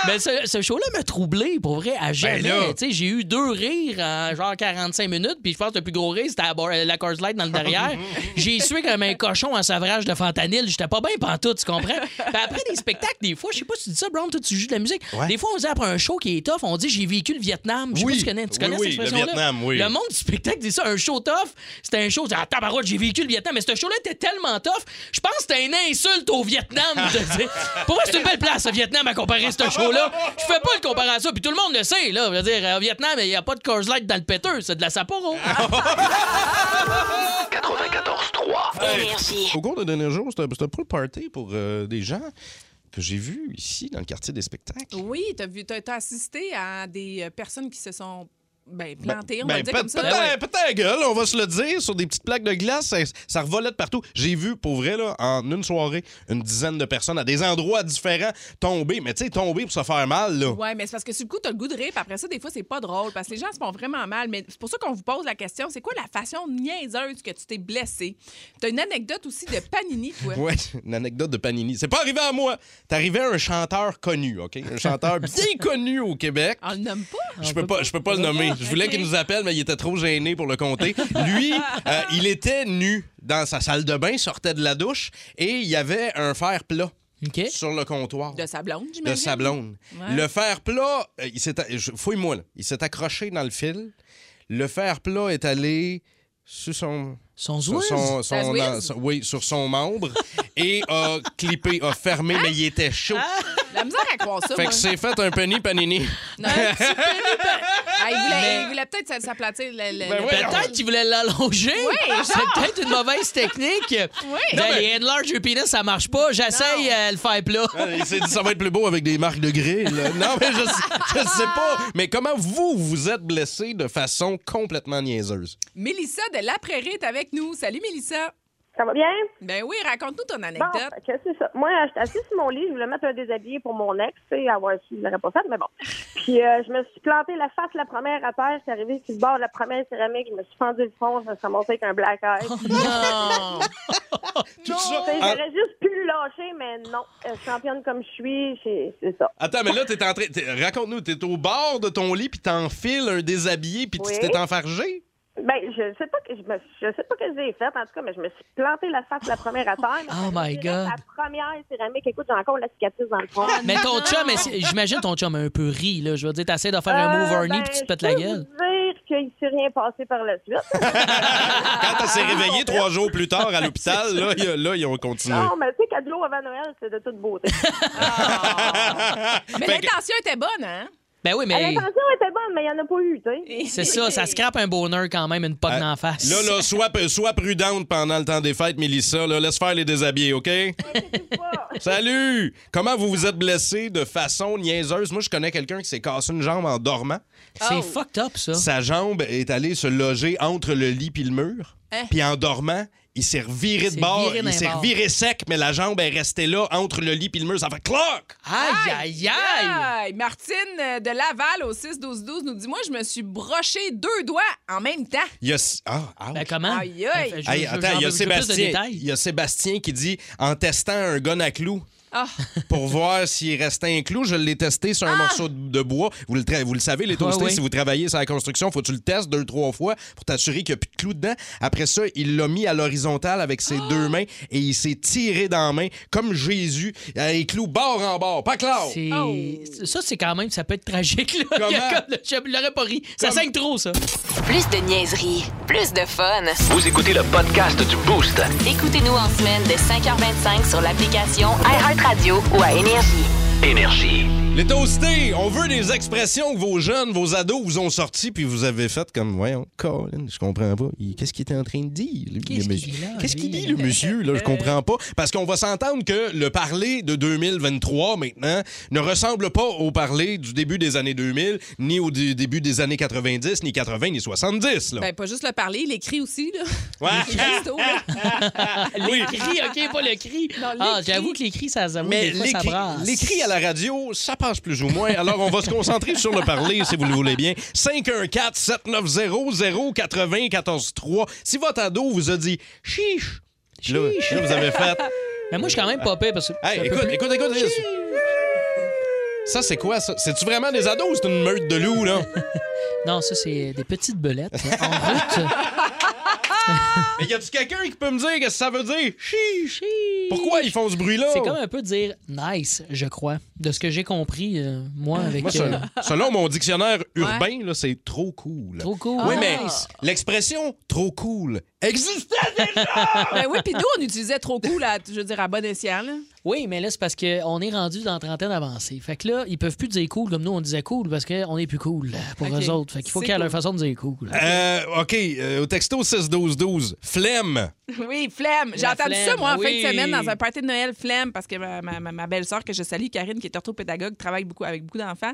[SPEAKER 4] Mais ce, ce show-là m'a troublé, pour vrai, à jamais.
[SPEAKER 13] là.
[SPEAKER 4] Tu sais, j'ai eu deux rires en genre 45 minutes, puis je pense que le plus gros rire, c'était à bord- euh, la Coors Light dans le derrière. j'ai sué comme un cochon en savrage de fentanyl. J'étais pas bien pantoute, tu comprends? Puis après des spectacles, des fois, je sais pas si tu dis ça, Brown, toi, tu joues de la musique. Des fois, on dit après un show qui est tough, on dit j'ai vécu le Vietnam. Je sais
[SPEAKER 3] Oui.
[SPEAKER 4] pas si tu connais, tu
[SPEAKER 3] Oui,
[SPEAKER 4] connais
[SPEAKER 3] oui,
[SPEAKER 4] cette
[SPEAKER 3] le
[SPEAKER 4] expression-là?
[SPEAKER 3] Vietnam, oui.
[SPEAKER 4] Le monde du spectacle dit ça, un show tough, c'était un show, ah, tabarouette, j'ai vécu le Vietnam, mais ce show-là était tellement tough, je pense que c'était une insulte au Vietnam. de dire- Pour moi, c'est une belle place, le Vietnam, à comparer ce show-là. Je fais pas le comparer à ça, puis tout le monde le sait, là. Je veux dire, au Vietnam, il n'y a pas de Coors Light dans le péteux, c'est de la Sapporo. hein.
[SPEAKER 3] Ah.
[SPEAKER 1] 94-3.
[SPEAKER 3] Au cours des derniers jours, c'était c'était pas le party pour euh, des gens que j'ai vus ici, dans le quartier des spectacles.
[SPEAKER 5] Oui, t'as vu, t'as t'as assisté à des euh, personnes qui se sont ben, plantées, on va
[SPEAKER 3] Ben,
[SPEAKER 5] le dire
[SPEAKER 3] pète-
[SPEAKER 5] comme ça.
[SPEAKER 3] pète la- pète la gueule, on va se le dire, sur des petites plaques de glace, ça, ça revolait de partout. J'ai vu, pour vrai, là, en une soirée, une dizaine de personnes à des endroits différents tomber, mais tu sais, tomber pour se faire mal, là.
[SPEAKER 5] Oui, mais c'est parce que sur le coup, t'as le goût de rire, puis après ça, des fois, c'est pas drôle, parce que les gens se font vraiment mal. Mais c'est pour ça qu'on vous pose la question c'est quoi la façon niaiseuse que tu t'es blessé T'as une anecdote aussi de Panini, toi.
[SPEAKER 3] Ouais, une anecdote de Panini. C'est pas arrivé à moi. T'es arrivé à un chanteur connu, OK? Un chanteur bien connu au Québec.
[SPEAKER 5] On le nomme pas.
[SPEAKER 3] Je peux pas, je peux pas le nommer. Je voulais qu'il nous appelle, mais il était trop gêné pour le compter. Lui, euh, il était nu dans sa salle de bain, sortait de la douche et il y avait un fer plat sur le comptoir.
[SPEAKER 5] De sa blonde,
[SPEAKER 3] De
[SPEAKER 5] j'imagine.
[SPEAKER 3] sa blonde.
[SPEAKER 5] Ouais.
[SPEAKER 3] Le fer plat, euh, il s'est, je- fouille-moi là. Il s'est accroché dans le fil. Le fer plat est allé sur son
[SPEAKER 4] son
[SPEAKER 3] sur
[SPEAKER 13] whiz?
[SPEAKER 3] son,
[SPEAKER 13] Sa
[SPEAKER 3] son-
[SPEAKER 13] whiz?
[SPEAKER 3] son- oui, sur son membre et a clippé, a fermé,
[SPEAKER 5] Hein?
[SPEAKER 3] mais il était chaud.
[SPEAKER 5] La misère à croire ça.
[SPEAKER 3] fait
[SPEAKER 5] moi.
[SPEAKER 3] que c'est fait un penny panini.
[SPEAKER 5] Non, un petit peu, peu. Ah, il voulait, il voulait peut-être s'aplatir. le- le-
[SPEAKER 3] Ben
[SPEAKER 5] le-
[SPEAKER 4] peut-être qu'il voulait l'allonger.
[SPEAKER 5] Oui, genre.
[SPEAKER 4] c'est peut-être une mauvaise technique.
[SPEAKER 5] Oui.
[SPEAKER 4] Ben,
[SPEAKER 5] Non, mais-
[SPEAKER 4] Les enlarge your penis, ça marche pas. J'essaye euh, le faire plat.
[SPEAKER 3] Euh, Il s'est dit ça va être plus beau avec des marques de grill. Non, mais je, je sais pas. Mais comment vous, vous êtes blessé de façon complètement niaiseuse?
[SPEAKER 5] Mélissa de La Prairie est avec nous. Salut, Mélissa.
[SPEAKER 9] Ça va bien?
[SPEAKER 5] Ben oui, raconte-nous ton
[SPEAKER 9] Bon,
[SPEAKER 5] anecdote.
[SPEAKER 9] fait que c'est ça. Moi, j'étais assise sur mon lit, je voulais mettre un déshabillé pour mon ex, tu sais, avoir su, je l'aurais pas fait, mais bon. Puis euh, je me suis plantée la face la première à terre, j'étais arrivée sur le bord de la première céramique, je me suis fendue le front, ça s'est monté avec un black eye.
[SPEAKER 4] non!
[SPEAKER 3] Tout ça.
[SPEAKER 9] J'aurais juste pu le lâcher, mais non. Euh, championne comme je suis, c'est c'est ça.
[SPEAKER 3] Ah, Attends, mais là, t'es en train. t'es- Raconte-nous, t'es au bord de ton lit, puis t'enfiles un déshabillé, puis tu
[SPEAKER 9] Oui.
[SPEAKER 3] t'es enfargé?
[SPEAKER 9] Ben, je sais pas que je me je sais pas que j'ai fait, en tout cas, mais je me suis plantée la face la première à terre. mais
[SPEAKER 4] Oh my God.
[SPEAKER 9] La première céramique, écoute, j'ai encore la cicatrice dans le front.
[SPEAKER 4] Mais ton chum, est- j'imagine ton chum a un peu ri. Là. Je veux dire, t'essaies de faire un
[SPEAKER 8] Ah,
[SPEAKER 4] move horny
[SPEAKER 9] Euh,
[SPEAKER 4] puis tu te
[SPEAKER 9] ben,
[SPEAKER 4] pètes la
[SPEAKER 9] je peux
[SPEAKER 4] gueule.
[SPEAKER 9] vous dire qu'il s'est rien passé par la suite.
[SPEAKER 3] Quand elle s'est réveillée trois jours plus tard à l'hôpital, là, il y a- là, ils ont continué.
[SPEAKER 9] non, mais tu sais, cadeau avant Noël, c'est de toute beauté.
[SPEAKER 5] Mais l'intention était bonne, hein?
[SPEAKER 4] Ben oui, mais.
[SPEAKER 9] L'intention était bonne, mais il n'y en a pas eu, tu sais.
[SPEAKER 4] C'est ça, ça scrape un bonheur quand même, une pote d'en face.
[SPEAKER 3] Ah, Là, là, sois, sois prudente pendant le temps des fêtes, Mélissa. Là, laisse faire les déshabillés, OK? Salut! Comment vous vous êtes blessé de façon niaiseuse? Moi, je connais quelqu'un qui s'est cassé une jambe en dormant.
[SPEAKER 4] C'est fucked up, ça.
[SPEAKER 3] Sa jambe est allée se loger entre le lit puis le mur.
[SPEAKER 4] Hein?
[SPEAKER 3] Puis en dormant, il s'est reviré de
[SPEAKER 4] s'est
[SPEAKER 3] bord.
[SPEAKER 4] viré d'un
[SPEAKER 3] Il s'est
[SPEAKER 4] bord.
[SPEAKER 3] reviré sec, mais la jambe est restée là, entre le lit puis le mur. Ça fait cloc!
[SPEAKER 4] Aïe, aïe,
[SPEAKER 5] Aïe! Martine euh, de Laval au 6-12-12 nous dit Moi, je me suis broché deux doigts en même temps.
[SPEAKER 3] Il y a- Ah,
[SPEAKER 4] Ben,
[SPEAKER 3] ouch.
[SPEAKER 4] comment? Ben,
[SPEAKER 5] Aïe, aïe.
[SPEAKER 4] Je-
[SPEAKER 3] Hey,
[SPEAKER 4] je-
[SPEAKER 3] attends,
[SPEAKER 4] j'en
[SPEAKER 3] il y, a
[SPEAKER 4] veux- je veux plus de
[SPEAKER 3] Sébastien,
[SPEAKER 4] détails.
[SPEAKER 3] il y a Sébastien qui dit en testant un gun à clous
[SPEAKER 5] Ah.
[SPEAKER 3] pour voir s'il restait un clou, je l'ai testé sur un morceau de, de bois. Vous le, tra- vous le savez, les toastés,
[SPEAKER 4] oui.
[SPEAKER 3] si vous travaillez sur la construction, faut que tu le testes deux, trois fois pour t'assurer qu'il n'y a plus de clous dedans. Après ça, il l'a mis à l'horizontale avec ses deux mains et il s'est tiré dans la main comme Jésus, euh, les clous bord en bord. Pas clair!
[SPEAKER 4] C'est- Ça, c'est quand même, ça peut être tragique. Là.
[SPEAKER 3] Comment?
[SPEAKER 4] Il y a comme le- Je l'aurais pas ri. Ça saigne trop, ça.
[SPEAKER 2] Plus de niaiserie, plus de fun.
[SPEAKER 1] Vous écoutez le podcast du Boost.
[SPEAKER 2] Écoutez-nous en semaine de 5h25 sur l'application iHeartRadio ou à Énergie.
[SPEAKER 1] Énergie.
[SPEAKER 3] Les toastés, on veut des expressions que vos jeunes, vos ados vous ont sorties, puis vous avez faites comme, voyons, Colin, je comprends pas. Il- Qu'est-ce qu'il était en train de dire, lui,
[SPEAKER 4] Qu'est-ce
[SPEAKER 3] le
[SPEAKER 4] qu'il
[SPEAKER 3] monsieur?
[SPEAKER 4] dit là,
[SPEAKER 3] Qu'est-ce qu'il
[SPEAKER 4] lui?
[SPEAKER 3] dit, le monsieur, là? Je comprends pas. Parce qu'on va s'entendre que le parler de 2023, maintenant, ne ressemble pas au parler du début des années 2000, ni au dé- début des années 90, ni 80, ni 70, là.
[SPEAKER 5] Ben, pas juste le parler, il écrit aussi, là.
[SPEAKER 3] Ah. Ouais.
[SPEAKER 5] Il écrit aussitôt, là.
[SPEAKER 3] Oui.
[SPEAKER 4] L'écrit, OK, pas le cri.
[SPEAKER 5] Non,
[SPEAKER 4] Ah,
[SPEAKER 5] l'écrit.
[SPEAKER 4] j'avoue que l'écrit, ça, ça, oui,
[SPEAKER 3] Mais
[SPEAKER 4] des fois, ça
[SPEAKER 3] l'écrit-
[SPEAKER 4] brasse.
[SPEAKER 3] l'écrit à la radio, ça passe plus ou moins. Alors, on va se concentrer sur le parler, si vous le voulez bien. 514-790-0943. Si votre ado vous a dit « chiche », là, là, vous avez fait...
[SPEAKER 4] Mais moi, je suis quand même pas pire parce que.
[SPEAKER 3] Hey,
[SPEAKER 4] c'est un
[SPEAKER 3] écoute,
[SPEAKER 4] peu plus-
[SPEAKER 3] écoute, écoute, Liz. Ça, c'est quoi, ça? C'est-tu vraiment des ados ou c'est une meute de loups, là?
[SPEAKER 4] Non, ça, c'est des petites belettes hein, en route.
[SPEAKER 3] Mais y a-tu quelqu'un qui peut me dire qu'est-ce que ça veut dire? Chiche!
[SPEAKER 4] Hi.
[SPEAKER 3] Pourquoi ils font ce bruit-là?
[SPEAKER 5] Oh.
[SPEAKER 4] C'est comme un peu dire nice, je crois. De ce que j'ai compris, euh, moi, avec.
[SPEAKER 3] Moi,
[SPEAKER 4] euh,
[SPEAKER 3] se- selon mon dictionnaire urbain, là, c'est trop cool.
[SPEAKER 4] Trop cool.
[SPEAKER 3] Oui, mais
[SPEAKER 4] Nice.
[SPEAKER 3] l'expression trop cool existait
[SPEAKER 5] Ben oui, puis nous, on utilisait trop cool, à, je veux dire, à bon escient, là.
[SPEAKER 4] Oui, mais là, c'est parce qu'on est rendu dans la trentaine avancée. Fait que là, ils peuvent plus dire cool comme nous, on disait cool parce qu'on est plus cool pour
[SPEAKER 5] Ok.
[SPEAKER 4] eux autres. Fait qu'il faut
[SPEAKER 5] C'est
[SPEAKER 4] qu'il y ait leur
[SPEAKER 5] cool.
[SPEAKER 4] façon de dire cool.
[SPEAKER 3] Euh, OK, euh, au texto 6-12-12, flemme.
[SPEAKER 5] Oui, flemme. J'ai
[SPEAKER 4] La
[SPEAKER 5] entendu
[SPEAKER 4] flemme,
[SPEAKER 5] ça, moi, en
[SPEAKER 4] oui.
[SPEAKER 5] fin de semaine, dans un party de Noël, flemme, parce que ma, ma- ma- ma belle-sœur que je salue, Karine, qui est orthopédagogue, travaille beaucoup avec beaucoup d'enfants.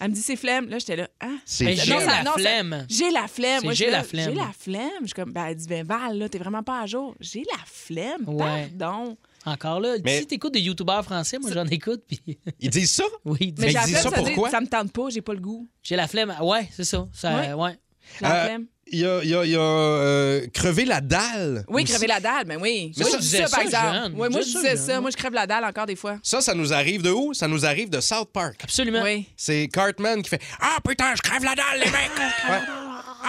[SPEAKER 5] Elle me dit, c'est flemme. Là, j'étais là, hein?
[SPEAKER 3] C'est
[SPEAKER 4] Mais
[SPEAKER 3] flemme.
[SPEAKER 4] j'ai
[SPEAKER 5] ça-
[SPEAKER 4] la
[SPEAKER 5] ça-
[SPEAKER 4] flemme.
[SPEAKER 5] J'ai la flemme.
[SPEAKER 4] C'est
[SPEAKER 5] Moi, je
[SPEAKER 4] j'ai
[SPEAKER 5] suis
[SPEAKER 4] la
[SPEAKER 5] là,
[SPEAKER 4] flemme.
[SPEAKER 5] J'ai la flemme. Je suis comme, ben, elle dit, ben, Val, là, t'es vraiment pas à jour. J'ai la flemme.
[SPEAKER 4] Ouais.
[SPEAKER 5] Pardon.
[SPEAKER 4] Encore là,
[SPEAKER 3] Mais-
[SPEAKER 4] si t'écoutes des youtubeurs français, moi j'en écoute, puis
[SPEAKER 3] Ils disent ça?
[SPEAKER 4] oui, dis-
[SPEAKER 3] Mais
[SPEAKER 5] Mais, j'ai la
[SPEAKER 3] dis
[SPEAKER 5] flemme,
[SPEAKER 3] ça
[SPEAKER 5] ça, veut dire,
[SPEAKER 3] pourquoi?
[SPEAKER 5] ça me tente pas, j'ai pas le goût.
[SPEAKER 4] j'ai la flemme. Ouais, c'est ça. ça ouais.
[SPEAKER 5] Ouais. J'ai la
[SPEAKER 3] Euh,
[SPEAKER 5] flemme.
[SPEAKER 3] Il y a, il y a- il y a, euh, crever la dalle.
[SPEAKER 5] Oui,
[SPEAKER 3] aussi.
[SPEAKER 5] crever la dalle, ben oui.
[SPEAKER 4] Mais
[SPEAKER 5] moi,
[SPEAKER 4] ça,
[SPEAKER 5] je dis
[SPEAKER 4] disais
[SPEAKER 5] ça, par
[SPEAKER 4] ça,
[SPEAKER 5] exemple.
[SPEAKER 4] jeune.
[SPEAKER 5] Ouais,
[SPEAKER 4] Disais
[SPEAKER 5] moi, je
[SPEAKER 4] ça,
[SPEAKER 5] disais
[SPEAKER 4] jeune,
[SPEAKER 5] ça.
[SPEAKER 4] ouais.
[SPEAKER 5] Moi, je crève la dalle encore des fois.
[SPEAKER 3] Ça, ça nous arrive de où? Ça nous arrive de South Park.
[SPEAKER 4] Absolument.
[SPEAKER 5] Oui.
[SPEAKER 3] C'est Cartman qui fait Ah putain, je crève la dalle, les mecs! Ouais.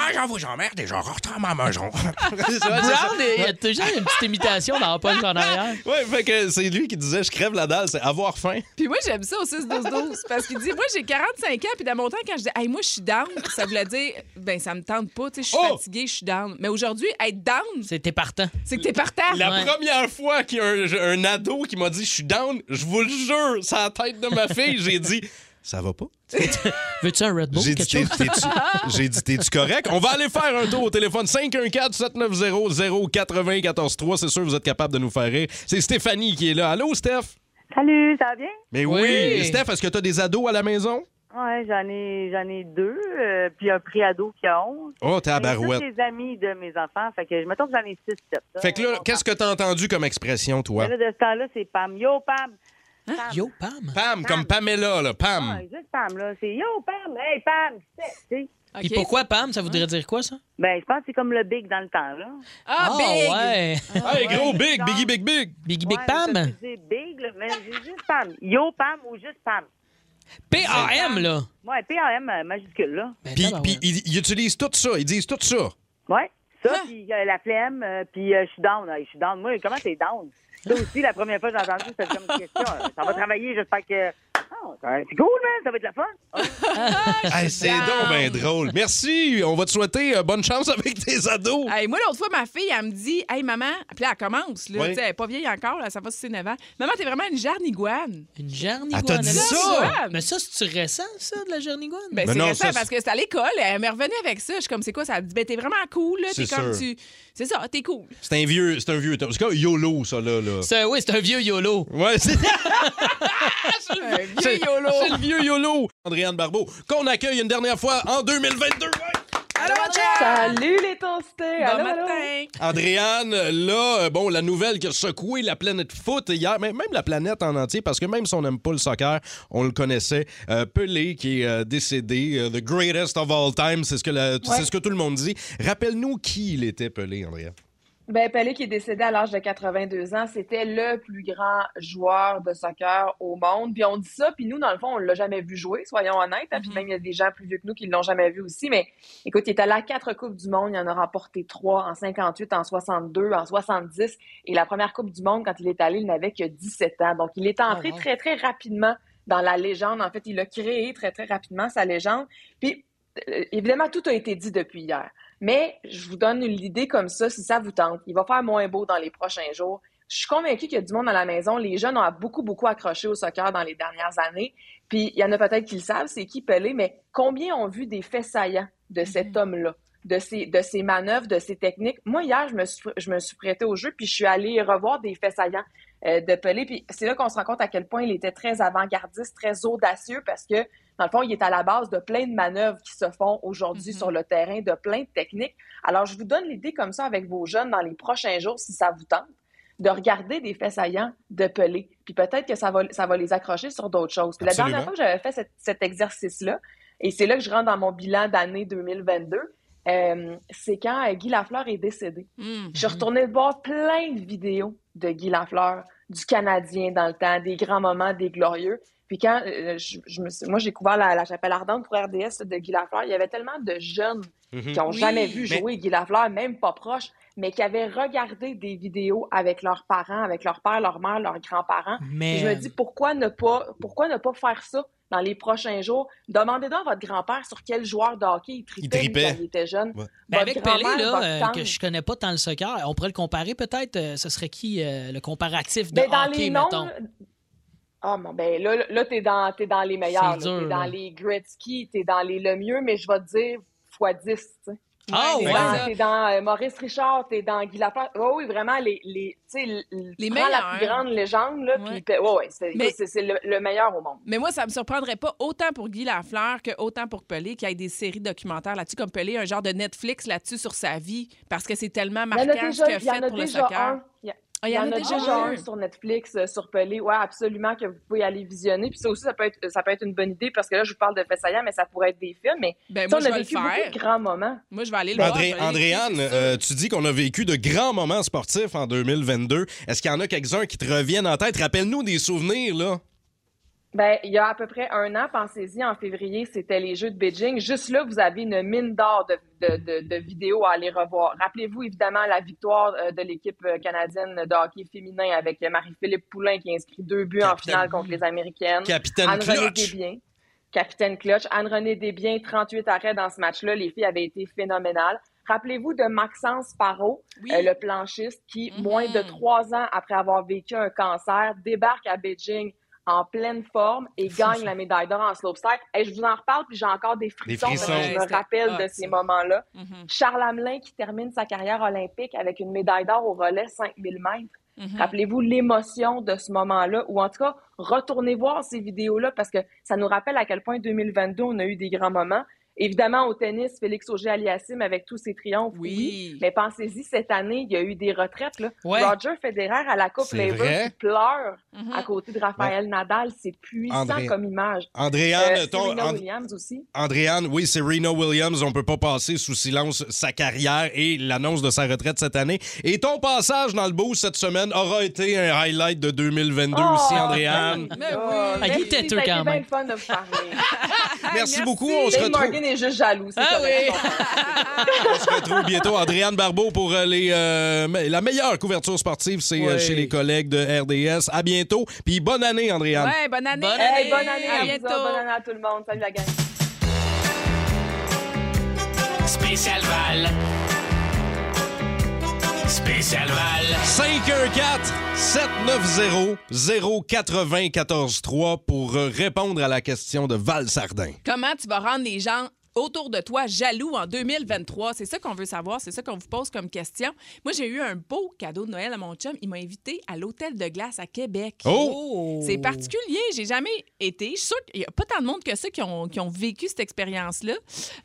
[SPEAKER 3] Ah, j'en vous emmerde et j'en rentre à ma maison. C'est ça, c'est ça.
[SPEAKER 4] Brown, il y a toujours une petite imitation dans la poche en arrière.
[SPEAKER 3] Ouais, fait que c'est lui qui disait je crève la dalle, c'est avoir faim.
[SPEAKER 5] Puis moi, j'aime ça au 6-12-12 parce qu'il dit Moi, j'ai 45 ans, puis dans mon temps, quand je dis Hey, moi, je suis down, ça voulait dire Ben, ça me tente pas, tu sais, je suis
[SPEAKER 3] Oh!
[SPEAKER 5] fatigué, je suis down. Mais aujourd'hui, être down,
[SPEAKER 4] C'était partant.
[SPEAKER 5] c'est que t'es partant.
[SPEAKER 3] La
[SPEAKER 4] Ouais.
[SPEAKER 3] première fois qu'il y a un, un ado qui m'a dit je suis down, je vous le jure, c'est la tête de ma fille, j'ai dit ça va pas.
[SPEAKER 4] Veux-tu un Red Bull?
[SPEAKER 3] J'ai dit,
[SPEAKER 4] quelque
[SPEAKER 3] t'es-
[SPEAKER 4] chose?
[SPEAKER 3] t'es-tu- j'ai dit, t'es-tu correct? On va aller faire un tour au téléphone 514-790-0943. C'est sûr, vous êtes capable de nous faire rire. C'est Stéphanie qui est là. Allô, Steph?
[SPEAKER 9] Salut, ça va bien?
[SPEAKER 3] Mais oui.
[SPEAKER 4] Oui.
[SPEAKER 3] Steph, est-ce que t'as des ados à la maison?
[SPEAKER 9] Ouais, j'en ai, j'en ai deux, euh, puis un pré-ado qui a 11.
[SPEAKER 3] Oh, t'es à barouette.
[SPEAKER 9] les amis de mes enfants, fait que je m'attends que j'en ai 6, 7.
[SPEAKER 3] Fait que là, qu'est-ce que t'as entendu comme expression, toi?
[SPEAKER 9] Mais là, de ce temps-là, c'est Pam. Yo, Pam! Pam.
[SPEAKER 4] Yo, Pam.
[SPEAKER 3] Pam, comme Pamela, là, Pam.
[SPEAKER 8] Ah,
[SPEAKER 9] Ouais, juste Ah, Pam, là. C'est Yo, Pam! Hey, Pam! Tu sais, tu sais.
[SPEAKER 5] OK.
[SPEAKER 4] Puis pourquoi Pam? Ça voudrait dire quoi, ça?
[SPEAKER 9] Ben, je pense que c'est comme le Big dans le temps, là.
[SPEAKER 5] Ah, big!
[SPEAKER 4] ouais.
[SPEAKER 3] Ah, Hey, gros big, biggie, big, big.
[SPEAKER 4] Biggie
[SPEAKER 9] Ouais, mais
[SPEAKER 4] Big
[SPEAKER 9] ça,
[SPEAKER 4] Pam.
[SPEAKER 9] tu dis Big, là, mais j'ai juste Pam. Yo, Pam ou juste Pam.
[SPEAKER 4] P-A-M, là.
[SPEAKER 9] Ouais, P-A-M euh, majuscule, là.
[SPEAKER 4] Ben,
[SPEAKER 3] Puis,
[SPEAKER 4] tabarouette.
[SPEAKER 3] puis ils, ils utilisent tout ça, ils disent tout ça.
[SPEAKER 9] Ouais. Ça,
[SPEAKER 4] Hein?
[SPEAKER 9] puis euh, la flemme, euh, puis euh, je suis down. Hey, je suis down. Moi, comment t'es down? Ça aussi, la première fois que j'ai entendu, c'était comme une question. euh, Ça va travailler, j'espère que... Ah,
[SPEAKER 13] ouais, c'est cool, man, ça va être la fun.
[SPEAKER 3] Hey, c'est donc bien drôle. Merci. On va te souhaiter euh, bonne chance avec tes ados.
[SPEAKER 5] Hey, moi, l'autre fois, ma fille, elle me dit Hey, maman, puis là, elle commence. Là,
[SPEAKER 3] Oui.
[SPEAKER 5] Tu sais, Elle est pas vieille encore, là, ça va sur ses 9 ans. Maman, t'es vraiment une jarniguane.
[SPEAKER 4] Une jarniguane?
[SPEAKER 5] Elle t'a dit
[SPEAKER 3] Ah,
[SPEAKER 5] ça?
[SPEAKER 4] Mais ça, c'est-tu récent, ça, de la jarniguane?
[SPEAKER 5] Ben,
[SPEAKER 4] Mais
[SPEAKER 5] c'est
[SPEAKER 4] non,
[SPEAKER 5] récent
[SPEAKER 4] ça, c'est-
[SPEAKER 5] parce que c'est à l'école. Elle me revenait avec ça. Je suis comme, c'est quoi ça? Elle dit, ben, t'es vraiment cool. là. T'es
[SPEAKER 3] C'est
[SPEAKER 5] comme
[SPEAKER 3] sûr.
[SPEAKER 5] tu. C'est ça, t'es cool.
[SPEAKER 3] C'est un vieux, c'est un vieux. C'est comme YOLO, ça, là. là.
[SPEAKER 4] C'est un- oui, c'est un vieux YOLO.
[SPEAKER 3] Ouais, c'est
[SPEAKER 5] Un vieux
[SPEAKER 3] c'est-
[SPEAKER 5] YOLO.
[SPEAKER 3] C'est le vieux YOLO. Andréane Barbeau, qu'on accueille une dernière fois en 2022.
[SPEAKER 5] Allô, mon chat!
[SPEAKER 8] Salut les toastés!
[SPEAKER 5] Bon
[SPEAKER 8] Allô, allô.
[SPEAKER 5] matin!
[SPEAKER 3] Andréane, là, euh, bon, la nouvelle qui a secoué la planète foot hier, mais même la planète en entier, parce que même si on n'aime pas le soccer, on le connaissait. Euh, Pelé, qui est euh, décédé, euh, the greatest of all time, c'est ce, que la- c'est ce que tout le monde dit. Rappelle-nous qui il était, Pelé, Andréane.
[SPEAKER 8] Ben, Pelé, qui est décédé à l'âge de 82 ans, c'était le plus grand joueur de soccer au monde. Puis on dit ça, puis nous, dans le fond, on l'a jamais vu jouer, soyons honnêtes. hein. Puis même, il y a des gens plus vieux que nous qui l'ont jamais vu aussi. Mais écoute, il est allé à quatre Coupes du Monde. Il en a remporté trois en 58, en 62, en 70. Et la première Coupe du Monde, quand il est allé, il n'avait que 17 ans. Donc, il est entré
[SPEAKER 14] wow.
[SPEAKER 8] très, très rapidement dans la légende. En fait, il a créé très, très rapidement sa légende. Puis, euh, évidemment, tout a été dit depuis hier. Mais je vous donne l'idée comme ça, si ça vous tente. Il va faire moins beau dans les prochains jours. Je suis convaincue qu'il y a du monde à la maison. Les jeunes ont beaucoup, beaucoup accroché au soccer dans les dernières années. Puis, il y en a peut-être qui le savent, c'est qui Pelé, mais combien ont vu des faits saillants de cet homme-là? de ses, de ses manœuvres, de ses techniques. Moi, hier, je me suis, je me suis prêtée au jeu, puis je suis allée revoir des faits saillants euh, de Pelé. Puis c'est là qu'on se rend compte à quel point il était très avant-gardiste, très audacieux, parce que, dans le fond, il est à la base de plein de manœuvres qui se font aujourd'hui sur le terrain, de plein de techniques. Alors, je vous donne l'idée comme ça avec vos jeunes dans les prochains jours, si ça vous tente de regarder des faits saillants de Pelé. Puis peut-être que ça va, ça va les accrocher sur d'autres choses. Puis la
[SPEAKER 14] Absolument.
[SPEAKER 8] dernière fois que j'avais fait cet, cet exercice-là, et c'est là que je rentre dans mon bilan d'année 2022, euh, c'est quand euh, Guy Lafleur est décédé. Je suis retournée voir plein de vidéos de Guy Lafleur, du Canadien dans le temps, des grands moments, des glorieux. Puis quand euh, je, je me suis- moi, j'ai couvert la, la chapelle ardente pour RDS de Guy Lafleur, il y avait tellement de jeunes
[SPEAKER 14] Mhm.
[SPEAKER 8] qui n'ont
[SPEAKER 14] Oui.
[SPEAKER 8] jamais vu
[SPEAKER 14] Mais-
[SPEAKER 8] jouer Guy Lafleur, même pas proche, mais qui avaient regardé des vidéos avec leurs parents, avec leur père, leur mère, leurs grands-parents.
[SPEAKER 14] Man.
[SPEAKER 8] Puis Je me dis pourquoi ne pas pourquoi ne pas faire ça dans les prochains jours. Demandez donc à votre grand-père sur quel joueur de hockey il tripait, lui,
[SPEAKER 4] tripait.
[SPEAKER 8] quand il était jeune.
[SPEAKER 4] Ben,
[SPEAKER 8] Votre
[SPEAKER 4] avec Pelé,
[SPEAKER 8] grand-mère,
[SPEAKER 4] là,
[SPEAKER 8] votre
[SPEAKER 4] euh,
[SPEAKER 8] tante.
[SPEAKER 4] que je connais pas tant le soccer, on pourrait le comparer peut-être. euh, ce serait qui euh, le comparatif de
[SPEAKER 8] Ben, dans
[SPEAKER 4] hockey,
[SPEAKER 8] les noms,
[SPEAKER 4] mettons?
[SPEAKER 8] là- Ah, mon ben là, là t'es dans, t'es dans les meilleurs.
[SPEAKER 4] C'est
[SPEAKER 8] là. T'es
[SPEAKER 4] dur,
[SPEAKER 8] dans
[SPEAKER 4] là.
[SPEAKER 8] les Gretzky, t'es dans les Lemieux, mais je vais te dire fois 10, tu sais.
[SPEAKER 4] Ah,
[SPEAKER 8] T'es
[SPEAKER 4] ouais.
[SPEAKER 8] dans- T'es dans, euh, Maurice Richard, t'es dans Guy Lafleur. Oh, oui, vraiment, les, les, tu sais, l- l-
[SPEAKER 5] Les
[SPEAKER 8] prends
[SPEAKER 5] meilleurs.
[SPEAKER 8] la plus grande légende, là, puis pe- ouais, ouais, c'est
[SPEAKER 5] Mais-
[SPEAKER 8] écoute, c'est- c'est le- le meilleur au monde.
[SPEAKER 5] Mais moi, ça me surprendrait pas autant pour Guy Lafleur que autant pour Pelé qu'il y ait des séries documentaires là-dessus, comme Pelé, un genre de Netflix là-dessus sur sa vie, parce que c'est tellement
[SPEAKER 8] Il y
[SPEAKER 5] marquant
[SPEAKER 8] en a déjà,
[SPEAKER 5] ce qu'il a
[SPEAKER 8] il y en
[SPEAKER 5] fait
[SPEAKER 8] a
[SPEAKER 5] pour le
[SPEAKER 8] déjà
[SPEAKER 5] soccer.
[SPEAKER 8] un. Il y a-
[SPEAKER 5] Ah,
[SPEAKER 8] il y en a déjà un sur Netflix, euh, sur Pelé. Ouais, absolument que vous pouvez aller visionner. Puis ça aussi, ça peut être, ça peut être une bonne idée parce que là, je vous parle de Fessaillant, mais ça pourrait être des films. Mais
[SPEAKER 5] Ben,
[SPEAKER 8] tu sais,
[SPEAKER 5] moi,
[SPEAKER 8] on
[SPEAKER 5] je
[SPEAKER 8] a
[SPEAKER 5] vais le
[SPEAKER 8] vécu
[SPEAKER 5] faire.
[SPEAKER 8] beaucoup de grands moments.
[SPEAKER 5] Moi, je vais aller le
[SPEAKER 3] André-
[SPEAKER 5] voir. je vais aller l'écouter.
[SPEAKER 3] Andréane, euh, tu dis qu'on a vécu de grands moments sportifs en 2022. Est-ce qu'il y en a quelques-uns qui te reviennent en tête? Rappelle-nous des souvenirs, là.
[SPEAKER 8] Ben, il y a à peu près un an, pensez-y, en février, c'était les Jeux de Beijing. Juste là, vous avez une mine d'or de, de- de- de vidéos à aller revoir. Rappelez-vous évidemment la victoire euh, de l'équipe euh, canadienne de hockey féminin avec euh, Marie-Philippe Poulain qui a inscrit deux buts en finale contre les Américaines.
[SPEAKER 14] Capitaine
[SPEAKER 8] Anne-Renée
[SPEAKER 14] Clutch.
[SPEAKER 8] Desbiens. Capitaine Clutch. Anne-Renée Desbiens, 38 arrêts dans ce match-là. Les filles avaient été phénoménales. Rappelez-vous de Maxence Parot,
[SPEAKER 14] Oui. Mm-hmm.
[SPEAKER 8] euh, le planchiste qui, moins de trois ans après avoir vécu un cancer, débarque à Beijing en pleine forme et gagne la médaille d'or en slopestyle. Et je vous en reparle, puis j'ai encore des frissons, parce que
[SPEAKER 14] frissons.
[SPEAKER 8] je me rappelle
[SPEAKER 14] Ouais,
[SPEAKER 8] de ces moments-là.
[SPEAKER 14] Mm-hmm.
[SPEAKER 8] Charles Hamelin qui termine sa carrière olympique avec une médaille d'or au relais 5000 mètres.
[SPEAKER 14] Mhm.
[SPEAKER 8] Rappelez-vous l'émotion de ce moment-là, ou en tout cas, retournez voir ces vidéos-là parce que ça nous rappelle à quel point 2022, on a eu des grands moments. Évidemment, au tennis, Félix Auger-Aliassime avec tous ses triomphes, oui. Mais pensez-y, cette année, il y a eu des retraites. Là.
[SPEAKER 14] Ouais.
[SPEAKER 8] Roger Federer à la Coupe
[SPEAKER 3] C'est
[SPEAKER 8] Laver
[SPEAKER 3] vrai.
[SPEAKER 8] qui pleure à côté de Raphaël Nadal. C'est puissant
[SPEAKER 3] André-
[SPEAKER 8] comme image.
[SPEAKER 3] Andréane,
[SPEAKER 8] Euh,
[SPEAKER 3] ton-
[SPEAKER 8] Serena
[SPEAKER 3] And-
[SPEAKER 8] Williams aussi.
[SPEAKER 3] Andréane, oui, c'est Reno Williams. On peut pas passer sous silence sa carrière et l'annonce de sa retraite cette année. Et ton passage dans le beau cette semaine aura été un highlight de 2022 aussi, Andréane.
[SPEAKER 8] Ah,
[SPEAKER 5] Ben
[SPEAKER 4] Ah, il est
[SPEAKER 8] merci,
[SPEAKER 4] têteux
[SPEAKER 8] ça a été
[SPEAKER 4] quand
[SPEAKER 8] bien
[SPEAKER 4] même.
[SPEAKER 8] le fun de vous parler.
[SPEAKER 3] Merci beaucoup, on se
[SPEAKER 8] Dave
[SPEAKER 3] retrouve.
[SPEAKER 8] Morgan est est juste jaloux. c'est
[SPEAKER 4] Ah
[SPEAKER 8] correct.
[SPEAKER 3] On se retrouve bientôt. Adriane Barbeau pour euh, les, euh, me- la meilleure couverture sportive, c'est euh,
[SPEAKER 5] Oui.
[SPEAKER 3] chez les collègues de RDS. À bientôt. Puis bonne année, Andréane.
[SPEAKER 5] Ouais, bonne année.
[SPEAKER 8] Bonne année. bonne année
[SPEAKER 5] À
[SPEAKER 8] à vous
[SPEAKER 5] bientôt.
[SPEAKER 8] autres. Bonne année à tout le monde. Salut la gang.
[SPEAKER 1] Spécial Val. Spécial Val.
[SPEAKER 3] 514 790 094 3 pour euh, répondre à la question de Val Sardin.
[SPEAKER 5] Comment tu vas rendre les gens autour de toi jaloux en 2023? C'est ça qu'on veut savoir, c'est ça qu'on vous pose comme question. Moi, j'ai eu un beau cadeau de Noël à mon chum. Il m'a invité à l'hôtel de glace à Québec.
[SPEAKER 3] Oh!
[SPEAKER 5] C'est particulier, j'ai jamais été. Je suis sûre qu'il n'y a pas tant de monde que ça qui ont, qui ont vécu cette expérience-là.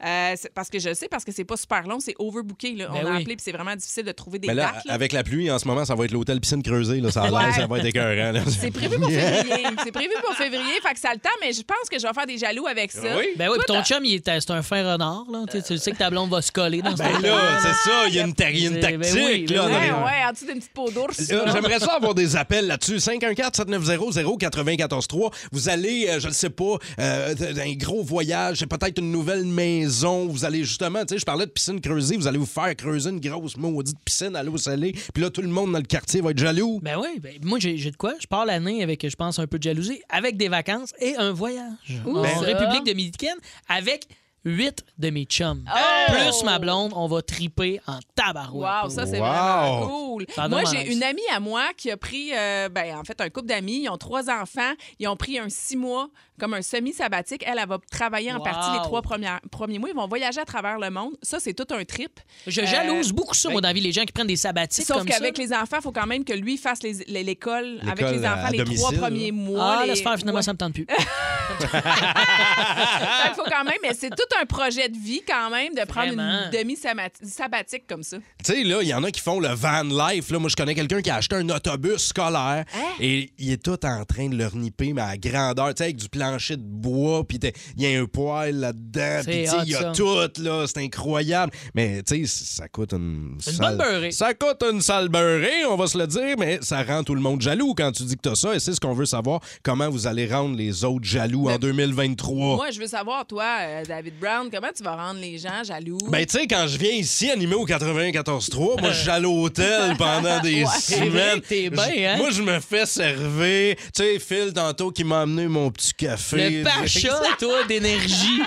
[SPEAKER 5] Euh, c'est- parce que je sais, parce que c'est pas super long, c'est overbooké. là. On
[SPEAKER 3] Ben
[SPEAKER 5] a
[SPEAKER 3] oui.
[SPEAKER 5] appelé, puis c'est vraiment difficile de trouver des
[SPEAKER 3] Mais là,
[SPEAKER 5] dates, là.
[SPEAKER 3] avec la pluie en ce moment, ça va être l'hôtel piscine creusée. Là, ça a l'air,
[SPEAKER 5] Ouais.
[SPEAKER 3] ça va être écœurant. là.
[SPEAKER 5] C'est prévu pour février. C'est prévu pour février, fait que ça a le temps, mais je pense que je vais faire des jaloux avec ça.
[SPEAKER 4] Ben oui,
[SPEAKER 5] Toi,
[SPEAKER 4] puis ton
[SPEAKER 5] t'as-
[SPEAKER 4] chum, il est- c'est un fin renard. Là. Tu sais, tu sais que ta blonde va se coller dans ce
[SPEAKER 3] Ben là, c'est ça, il y a
[SPEAKER 5] Ah,
[SPEAKER 3] une, ta- il y a une
[SPEAKER 4] Ben oui,
[SPEAKER 3] tactique.
[SPEAKER 4] ben
[SPEAKER 3] là,
[SPEAKER 4] oui.
[SPEAKER 3] dans les-
[SPEAKER 5] Ouais, ouais, en dessous d'une petite peau d'ours.
[SPEAKER 3] Là, J'aimerais ça avoir des appels là-dessus. 514-790-0943. Vous allez, euh, je ne sais pas, euh, d- un gros voyage, c'est peut-être une nouvelle maison. Vous allez justement, tu sais, je parlais de piscine creusée. Vous allez vous faire creuser une grosse maudite piscine à l'eau salée. Puis là, tout le monde dans le quartier va être jaloux.
[SPEAKER 4] Ben oui, ben moi j'ai j'ai de quoi? Je pars l'année avec, je pense, un peu de jalousie, avec des vacances et un voyage
[SPEAKER 3] Ouh,
[SPEAKER 4] en
[SPEAKER 3] Ben-
[SPEAKER 4] République dominicaine avec huit de mes chums. Plus ma blonde, on va triper en tabarouette.
[SPEAKER 5] Oh! Wow, ça c'est
[SPEAKER 4] Wow.
[SPEAKER 5] vraiment cool.
[SPEAKER 4] Ça
[SPEAKER 5] moi,
[SPEAKER 4] donne
[SPEAKER 5] j'ai
[SPEAKER 4] malaise.
[SPEAKER 5] une amie à moi qui a pris, euh, ben, en fait, un couple d'amis. Ils ont trois enfants. Ils ont pris un six mois comme un semi-sabbatique. Elle, elle va travailler en
[SPEAKER 4] Wow.
[SPEAKER 5] partie les trois premières- premiers mois. Ils vont voyager à travers le monde. Ça, c'est tout un trip.
[SPEAKER 4] Je
[SPEAKER 5] Euh,
[SPEAKER 4] jalouse beaucoup ça, moi, dans la vie, les gens qui prennent des sabbatiques
[SPEAKER 5] Sauf
[SPEAKER 4] comme ça.
[SPEAKER 5] qu'avec les enfants, il faut quand même que lui fasse les- les- l'école avec
[SPEAKER 4] L'école
[SPEAKER 5] les
[SPEAKER 4] à-
[SPEAKER 5] enfants
[SPEAKER 4] à
[SPEAKER 5] les trois
[SPEAKER 4] domicile,
[SPEAKER 5] premiers
[SPEAKER 4] là.
[SPEAKER 5] mois.
[SPEAKER 4] Ah,
[SPEAKER 5] les-
[SPEAKER 4] laisse faire, finalement, ça me tente plus.
[SPEAKER 5] Fait qu'il faut quand même, mais c'est tout un projet de vie quand même de prendre
[SPEAKER 3] Vraiment.
[SPEAKER 5] une demi-sabbatique comme ça.
[SPEAKER 3] Tu sais, là, il y en a qui font le van life. Là. Moi, je connais quelqu'un qui a acheté un autobus scolaire
[SPEAKER 4] Hein?
[SPEAKER 3] et il est tout en train de le reniper, mais à grandeur, tu sais, avec du plancher de bois, puis t'es- il y a un poêle là-dedans,
[SPEAKER 4] C'est
[SPEAKER 3] puis tu sais, il y a
[SPEAKER 4] hot, ça.
[SPEAKER 3] tout, là. C'est incroyable. Mais, tu sais, ça coûte une. sale-
[SPEAKER 4] bonne beurrée.
[SPEAKER 3] Ça coûte une sale beurrée, on va se le dire, mais ça rend tout le monde jaloux quand tu dis que t'as ça et c'est ce qu'on veut savoir, comment vous allez rendre les autres jaloux en
[SPEAKER 4] Oh.
[SPEAKER 3] 2023.
[SPEAKER 5] Moi, je veux savoir, toi, euh, David Brown, comment tu vas rendre les gens jaloux?
[SPEAKER 3] Ben, tu sais, quand je viens ici animé au 94.3, moi, je suis à l'hôtel pendant des
[SPEAKER 5] Ouais, c'est vrai
[SPEAKER 3] semaines.
[SPEAKER 5] que t'es bien,
[SPEAKER 3] Je-
[SPEAKER 5] hein?
[SPEAKER 3] Moi, je me fais servir. Tu sais, Phil, tantôt, qui m'a amené mon petit café.
[SPEAKER 4] Le pacha, toi, d'énergie.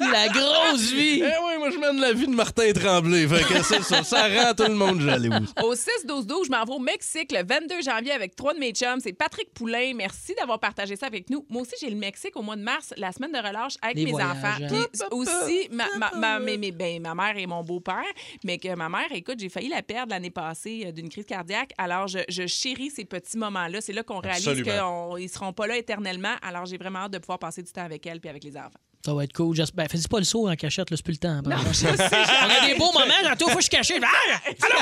[SPEAKER 4] La grosse vie.
[SPEAKER 3] Eh oui, moi, je mène la vie de Martin Tremblay. Fait que c'est ça, ça rend tout le monde jaloux.
[SPEAKER 5] Au 6-12-12, je m'en vais au Mexique le 22 janvier avec trois de mes chums. C'est Patrick Poulain. Merci d'avoir partagé ça avec nous. Moi aussi, j'ai le Mexique au mois de mars, la semaine de relâche avec
[SPEAKER 4] Les
[SPEAKER 5] mes
[SPEAKER 4] voyages,
[SPEAKER 5] enfants.
[SPEAKER 4] hein.
[SPEAKER 5] Puis aussi, ma, ma- ma- mes- mes- ben, ma mère et mon beau-père. Mais que ma mère, écoute, j'ai failli la perdre l'année passée euh, d'une crise cardiaque. Alors, je, je chéris ces petits moments-là. C'est là qu'on réalise qu'ils
[SPEAKER 4] Absolument.
[SPEAKER 5] ne seront pas là éternellement. Alors, j'ai vraiment hâte de pouvoir passer du temps avec elle puis avec les enfants.
[SPEAKER 4] Ça va être cool. j'espère. Ben, fais-y pas le saut en cachette, là, c'est plus le temps. hein, par exemple.
[SPEAKER 5] je sais,
[SPEAKER 4] On a des beaux moments, genre, toi, faut que je Ah! cache.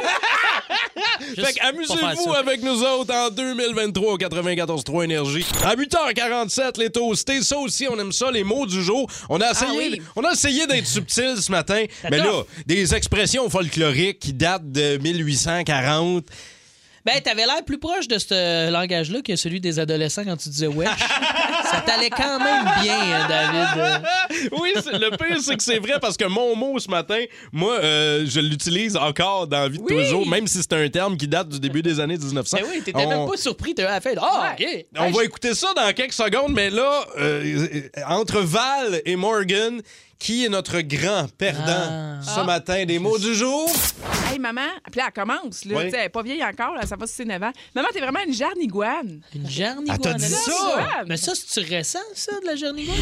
[SPEAKER 4] Ah!
[SPEAKER 3] Fait que amusez-vous avec nous autres en 2023 au 94.3 Énergie. À 8h47, les toastés, ça aussi, on aime ça, les mots du jour. On a essayé, on a essayé d'être subtil ce matin, mais là, des expressions folkloriques qui datent de 1840.
[SPEAKER 4] Ben, t'avais l'air plus proche de ce euh, langage-là que celui des adolescents quand tu disais wesh. ça t'allait quand même bien, hein, David. Euh,
[SPEAKER 3] oui, c'est- le pire, c'est que c'est vrai parce que mon mot ce matin, moi, euh, je l'utilise encore dans la vie de tous les jours, même si c'est un terme qui date du début des années 1900.
[SPEAKER 4] Ben oui, t'étais même
[SPEAKER 3] On-
[SPEAKER 4] pas surpris, t'as eu la fête. Ah, OK.
[SPEAKER 3] On va écouter ça dans quelques secondes, mais là, euh, euh, entre Val et Morgan, qui est notre grand perdant ce matin des mots du jour?
[SPEAKER 5] Hey, maman, puis là, elle commence. Là,
[SPEAKER 3] Oui.
[SPEAKER 5] Tu sais, elle est pas vieille encore, là, ça va si c'est 9 ans. Maman, t'es vraiment une jarniguane.
[SPEAKER 4] Une jarniguane.
[SPEAKER 3] Elle t'a Ah, dit
[SPEAKER 5] ça?
[SPEAKER 4] Mais ça, c'est-tu récent, ça, de la jarniguane?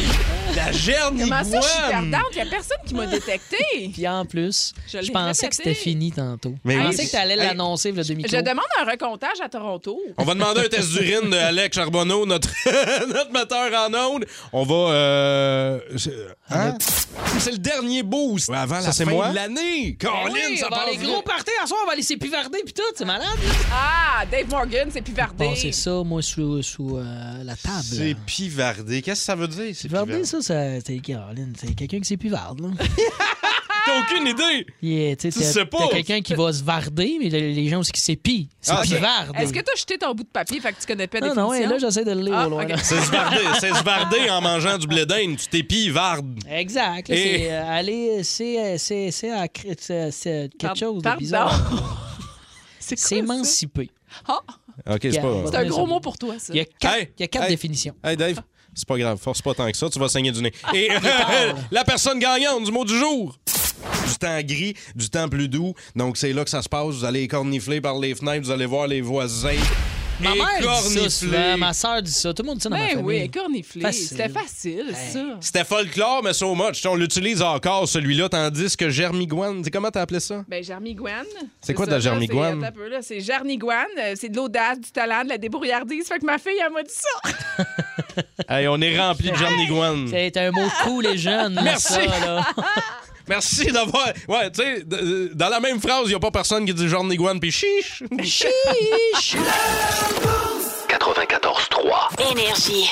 [SPEAKER 3] La jarniguane!
[SPEAKER 5] Comment ça, je suis perdante? Il a personne qui m'a détecté.
[SPEAKER 4] Puis en plus,
[SPEAKER 5] Je
[SPEAKER 4] je,
[SPEAKER 5] l'ai
[SPEAKER 4] pensais
[SPEAKER 5] répété.
[SPEAKER 4] que c'était fini tantôt.
[SPEAKER 3] Mais
[SPEAKER 4] je
[SPEAKER 3] oui.
[SPEAKER 4] pensais Ah, que t'allais
[SPEAKER 3] Hey.
[SPEAKER 4] l'annoncer, le demi
[SPEAKER 5] Je demande un recomptage à Toronto.
[SPEAKER 4] Oh.
[SPEAKER 3] On va demander un test d'urine de Alex Charbonneau, notre, notre metteur en onde. On va. euh, c'est- hein? C'est le dernier boost avant la
[SPEAKER 4] c'est
[SPEAKER 3] fin
[SPEAKER 4] moi?
[SPEAKER 3] de l'année. Colin,
[SPEAKER 4] oui,
[SPEAKER 3] ça
[SPEAKER 4] on va
[SPEAKER 3] passe
[SPEAKER 4] aller
[SPEAKER 3] vite.
[SPEAKER 4] gros party à soir, on va aller s'épivarder puis tout, c'est malade.
[SPEAKER 5] Ah, Dave Morgan, c'est pivardé.
[SPEAKER 4] Bon, c'est ça, moi, sous, sous euh, la table.
[SPEAKER 3] C'est pivardé. Qu'est-ce que ça veut dire? C'est
[SPEAKER 4] Pivardé, ça, ça c'est Caroline, c'est quelqu'un qui s'épivarde, là.
[SPEAKER 3] T'as aucune idée.
[SPEAKER 4] Yeah, tu sais,
[SPEAKER 3] Tu sais
[SPEAKER 4] t'as-
[SPEAKER 3] pas.
[SPEAKER 4] t'as quelqu'un qui va se varder, mais le- les gens aussi qui s'épient. C'est
[SPEAKER 3] Ah, ok.
[SPEAKER 4] pivarde.
[SPEAKER 5] Est-ce que t'as jeté ton bout de papier, fait que tu connais pas la
[SPEAKER 4] Non, non,
[SPEAKER 5] définition?
[SPEAKER 4] ouais, là, j'essaie de le lire
[SPEAKER 5] Ah,
[SPEAKER 4] au loin,
[SPEAKER 5] ok.
[SPEAKER 4] là.
[SPEAKER 3] C'est se varder, c'est se varder en mangeant du blé d'Inde. Tu t'épies, varde.
[SPEAKER 4] Exact. là,
[SPEAKER 3] Et-
[SPEAKER 4] C'est euh, aller, c'est euh, c'est c'est à cré- c'est- c'est quelque
[SPEAKER 5] Par-
[SPEAKER 4] chose de
[SPEAKER 5] pardon.
[SPEAKER 4] bizarre. S'émanciper.
[SPEAKER 5] Ah,
[SPEAKER 3] OK, c'est pas.
[SPEAKER 5] c'est un gros mot pour toi, ça.
[SPEAKER 4] Il y a quatre,
[SPEAKER 3] Hey,
[SPEAKER 4] il y a quatre
[SPEAKER 3] hey.
[SPEAKER 4] définitions.
[SPEAKER 3] Hey, Dave, c'est pas grave. Force pas tant que ça. Tu vas saigner du nez. Et
[SPEAKER 4] Il parle.
[SPEAKER 3] la personne gagnante du mot du jour. Du temps gris, du temps plus doux. Donc, c'est là que ça se passe. Vous allez cornifler par les fenêtres. Vous allez voir les voisins.
[SPEAKER 4] Ma
[SPEAKER 3] Et
[SPEAKER 4] mère dit ça
[SPEAKER 3] cornifler.
[SPEAKER 4] souvent, ma soeur dit ça, tout le monde dit ça dans ma
[SPEAKER 5] Ben
[SPEAKER 4] famille.
[SPEAKER 5] oui, corniflé.
[SPEAKER 4] Facile.
[SPEAKER 5] C'était facile, ça.
[SPEAKER 3] C'était folklore, mais so much. On l'utilise encore, celui-là, tandis que Germigouane. C'est comment t'as appelé ça?
[SPEAKER 5] Ben, Germigouane.
[SPEAKER 3] C'est quoi de
[SPEAKER 5] ça,
[SPEAKER 3] la
[SPEAKER 5] là,
[SPEAKER 3] Germigouane?
[SPEAKER 5] c'est- attends un peu, là, C'est Germigouane. euh, C'est de l'audace, du talent, de la débrouillardise. Fait que ma fille, elle m'a dit ça.
[SPEAKER 3] Hey, on est rempli de Germigouane.
[SPEAKER 4] C'est un mot cool, les jeunes. là,
[SPEAKER 3] Merci.
[SPEAKER 4] ça, là.
[SPEAKER 3] Merci d'avoir. Ouais, tu sais, d- euh, dans la même phrase, il n'y a pas personne qui dit Germigouane puis chiche.
[SPEAKER 2] Chiche!
[SPEAKER 15] 94-3.
[SPEAKER 2] Énergie.